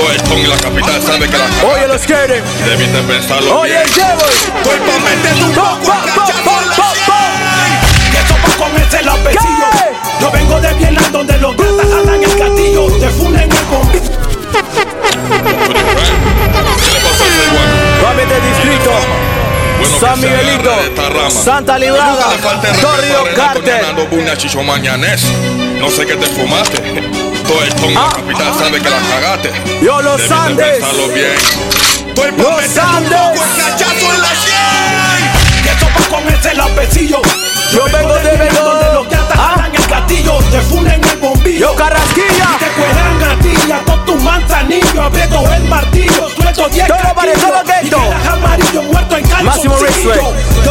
Todo esto en la capital sabe que la Oye, los quieren. Debiste pensarlo Oye, bien. Pues Jeboy. Cuerpo mete tu poco Que topa con el celapecillo. Yo vengo de Vietnam donde los gatas alan el castillo. Te funen el Papi de este distrito. Bueno, San que se agarre Miguelito. de esta rama. Santa Librada. Nunca le falté respeto a Torrio Renato ni a Carter. Nando Buña Chicho Mañanes No sé qué te fumaste Todo esto en la capital sabe que la cagaste Yo los Debiste Andes. pensarlo bien Los Andes. Que topa con el celapecillo. Yo vengo de Vietnam donde los gatas alan el castillo. Te funen el bombillo. Ah. Yo, Carrasquilla. Y te cuelan gatilla con tu manzanillo. Abriendo el martillo. Tú estos diez Todo pare, casquillos. todo Y gueto. quedas amarillo muerto en Máximo calzoncillo. respect. Yo Tú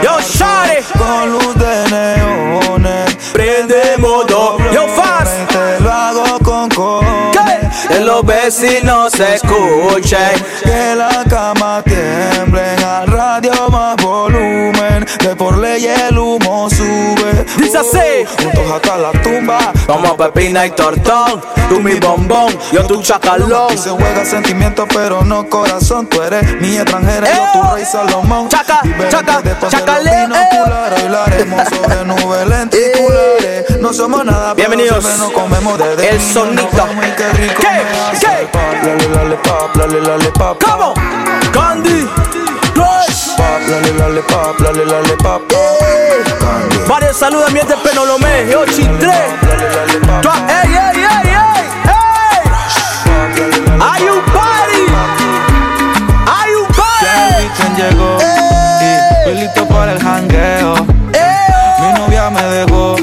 Yo, shawty. Con luz de neones Prendemos dos. Yo, fast. Te lo hago con cojones Que los vecinos escuchen. Que la cama tiemblen Al radio más volumen De por ley el humo sube Dice así. Juntos hasta la tumba Como pepina y tortón, tú mi bombón, yo tu chacalón. Y se juega sentimiento pero no corazón Tú eres mi extranjera, yo tu rey Salomón Eh, Chaca, Vive chaca, eh. después de los chacalé, binoculares, Bailaremos sobre nubes lenticulares No somos nada pero Eh, Bienvenidos. siempre nos comemos desde El niños. sonido. Vamos, y qué rico ¿Qué? me hace ¿Qué? el pap, lale, lale, pap, lale, lale, pap, pap, ¿Cómo? Candy, Crush. pap, lale, lale, pap, lale, lale, pap, pap, Eh. Varios saludos a mi gente Penolomé, yo chitré. lale, lale, pap, Tú- ¡Ey, ey, ey, ey! ¡Ey! pap, lale, lale, pap. ¡Hay un party! ¡Hay un Ya el party! weekend llegó y estoy listo para el jangueo Mi novia me dejó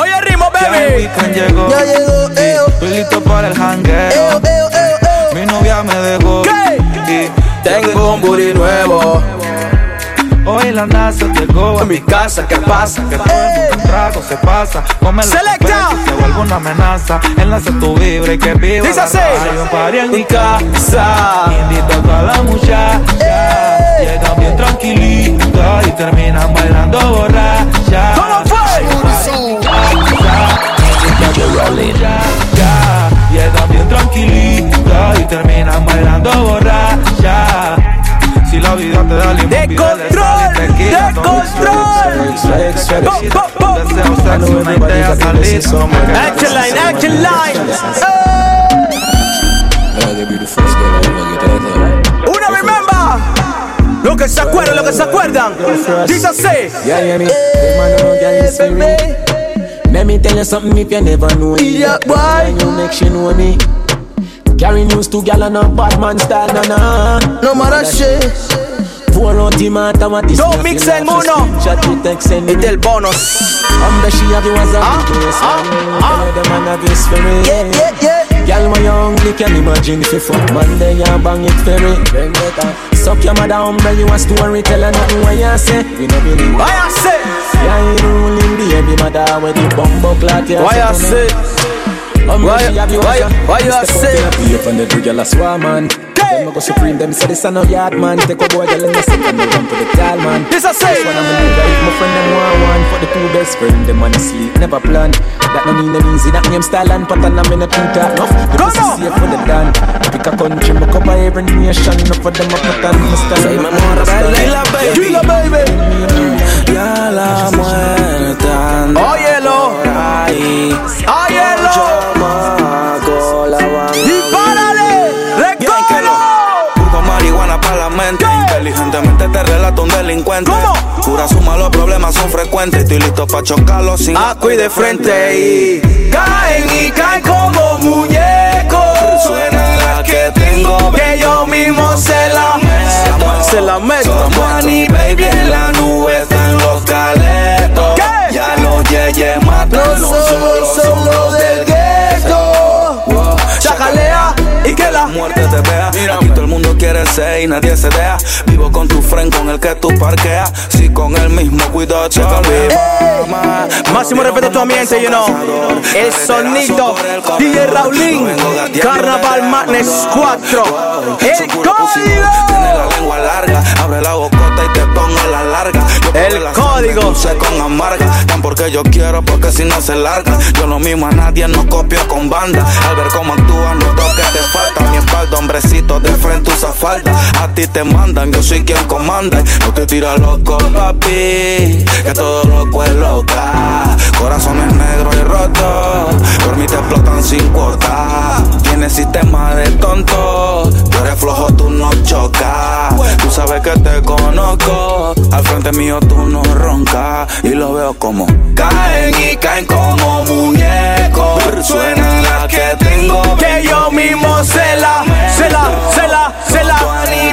Dominican llegó. Ya llegó, eh, oh. eo. Estoy listo para el jangueo. Mi novia me dejó. Y Tengo un booty nuevo. Hoy la NASA llegó a mi casa. ¿Qué pasa? Que todo un trago se pasa. Come la Eh. Selecta. cerveza, Se vuelve una amenaza. Enlaza tu vibra y que viva. Dice la así. radio. Hay un party en mi casa. Invito a toda la muchacha. Llegan bien tranquilitas y terminan bailando borracha. ¿Cómo fue? Llegan bien tranquilitas y terminan bailando borracha. Si la vida te da limón, de control, de control. Action line, ah, action line. Una remember. Lo que se acuerdan, lo que se acuerdan. Dice así. Yeah, yeah, me. Big man, I know, girl, you see me. Let me tell you something if you never know it. Yeah, why? You make she know me. Carry news to gal and a bad man style, na na. No matter shit. Pour out the matter what is Don't mix and mono. Chat with text and It's el bonus. Ah, I'm the she have you as a witness. I'm the man of his spirit. Yeah, yeah, yeah. Gal, my young, you can imagine if you fuck Monday, you bang it ferry. Suck your mother, umbrella, you a story, tell her nothing what you say. We no believe. Why I say? Yeah, you ruling baby mother with the bumbo clot. you Why I to me. say? Um, Why- she have you why- as a- why you I Step out say? in a beef and the two gyal a swarm, man. Them a go supreme, them say the son of yard man. Take a boy gyal in the sink and they run to the tall man. This I say. This one I'm a leader, if my friend them want one. For the two best friend, them man sleep never plan. That no mean them easy, that name style and pattern. I'm in a two talk enough. The pussy safe for the dan. Pick a country, me cover every nation. Enough for them a pattern, me stand. Say my more about Dila baby. Dila baby. Ya la muertan. Óyelo. Óyelo. Dispárale. Puro marihuana para la mente. Inteligentemente te relato un delincuente. Cura suma, los problemas son frecuentes. Estoy listo para chocarlos sin Acu y Ah, de frente y caen y caen como muñecos. Suena la que tengo, que yo mismo se la meto. Se la meto. Money, baby, en la nube están los caletos. Ya los yeye matan. No solo son los del gueto. Chacalea y que la muerte te vea. Aquí todo el mundo quiere ser y nadie se deja. Vivo con tu friend, con el que tú parqueas. Si con el mismo cuidado, checa Máximo respeto a tu ambiente, you know. El sonido DJ Raulín, Carnaval Madness 4. El Tiene la lengua larga, abre la bocota y te pongo la larga. El código dulce con amarga, tan porque yo quiero, porque si no se larga. Yo no mimo a nadie, no copio con banda. Al ver cómo actúan, no toques te falta. Mi espalda, hombrecito, de frente usa falda. A ti te mandan, yo soy quien comanda. No te tiras loco, papi, que todo loco es loca. Corazones negros y rotos, por mí te explotan sin cortar. Tienes sistema de tonto, tú eres flojo, tú no chocas. Tú sabes que te conozco, al frente mío tú no roncas. Y lo veo como caen y caen como muñecos. Suena la que tengo, Que yo mismo se la, se la, se la, se la.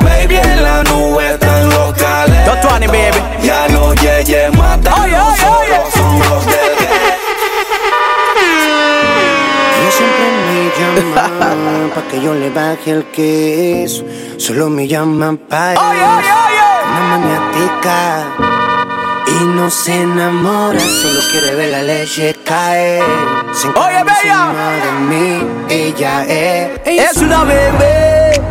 baby, en la nube están los caletos. baby. Ya los yeye matan, Oye, no oye, solo oye. son los del Ella siempre me llama pa' que yo le baje el queso. Solo me llama pa' eso. Una maniática y no se enamora. Solo quiere ver la leche caer. Se Oye, bella. de mí, ella es. Es una bebé.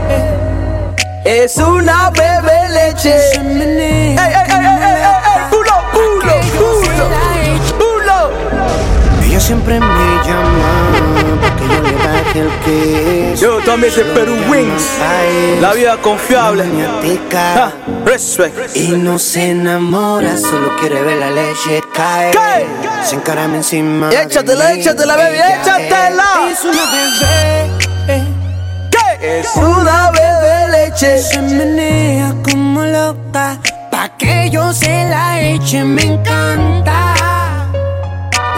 Es una bebé leche. Ey, ey, ey, ey, ey, ey, pulo, pulo, pulo, pulo. Ella siempre me llama pa' que yo le baje el queso. Yo también soy Perú Wings. La vida confiable. Ja, Respect. Y no se enamora, solo quiere ver la leche caer. Se encarame encima. de Échatela, mí, échatela, baby, ella échatela. es una ¿Qué? Es una bebé leche. Se menea como loca. Pa' que yo se la eche, me encanta.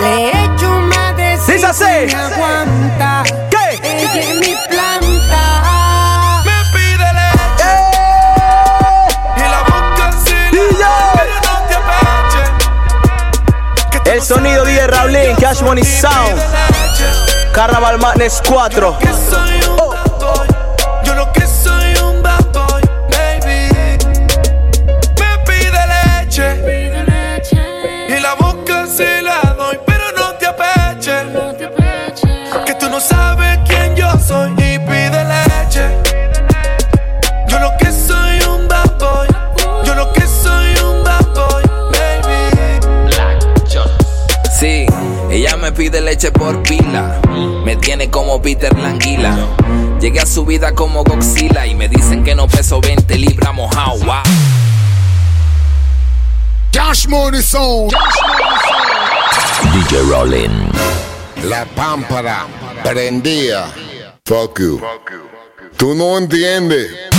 Le echo más de Dice así. me aguanta. ¿Qué? Ella es mi planta. Me pide leche. Y la boca sin DJ. que no te apeche. El El sonido DJ Raulín, Cash Money Sound. Carnaval Madness 4. Oh, oh. Yo lo que soy un bad boy, baby. Me pide leche y la boca se la doy, pero no te apeche. Que tú no sabes quién yo soy y pide leche. Yo lo que soy un bad boy, yo lo que soy un bad boy, baby. Sí, ella me pide leche por pila. Me tiene como Peter Languila. Llegué a su vida como Godzilla y me dicen que no peso 20 libras mojado. Wow. Cash Money Sound. DJ Rollin. La pámpara prendía. Fuck you. Tú no entiendes.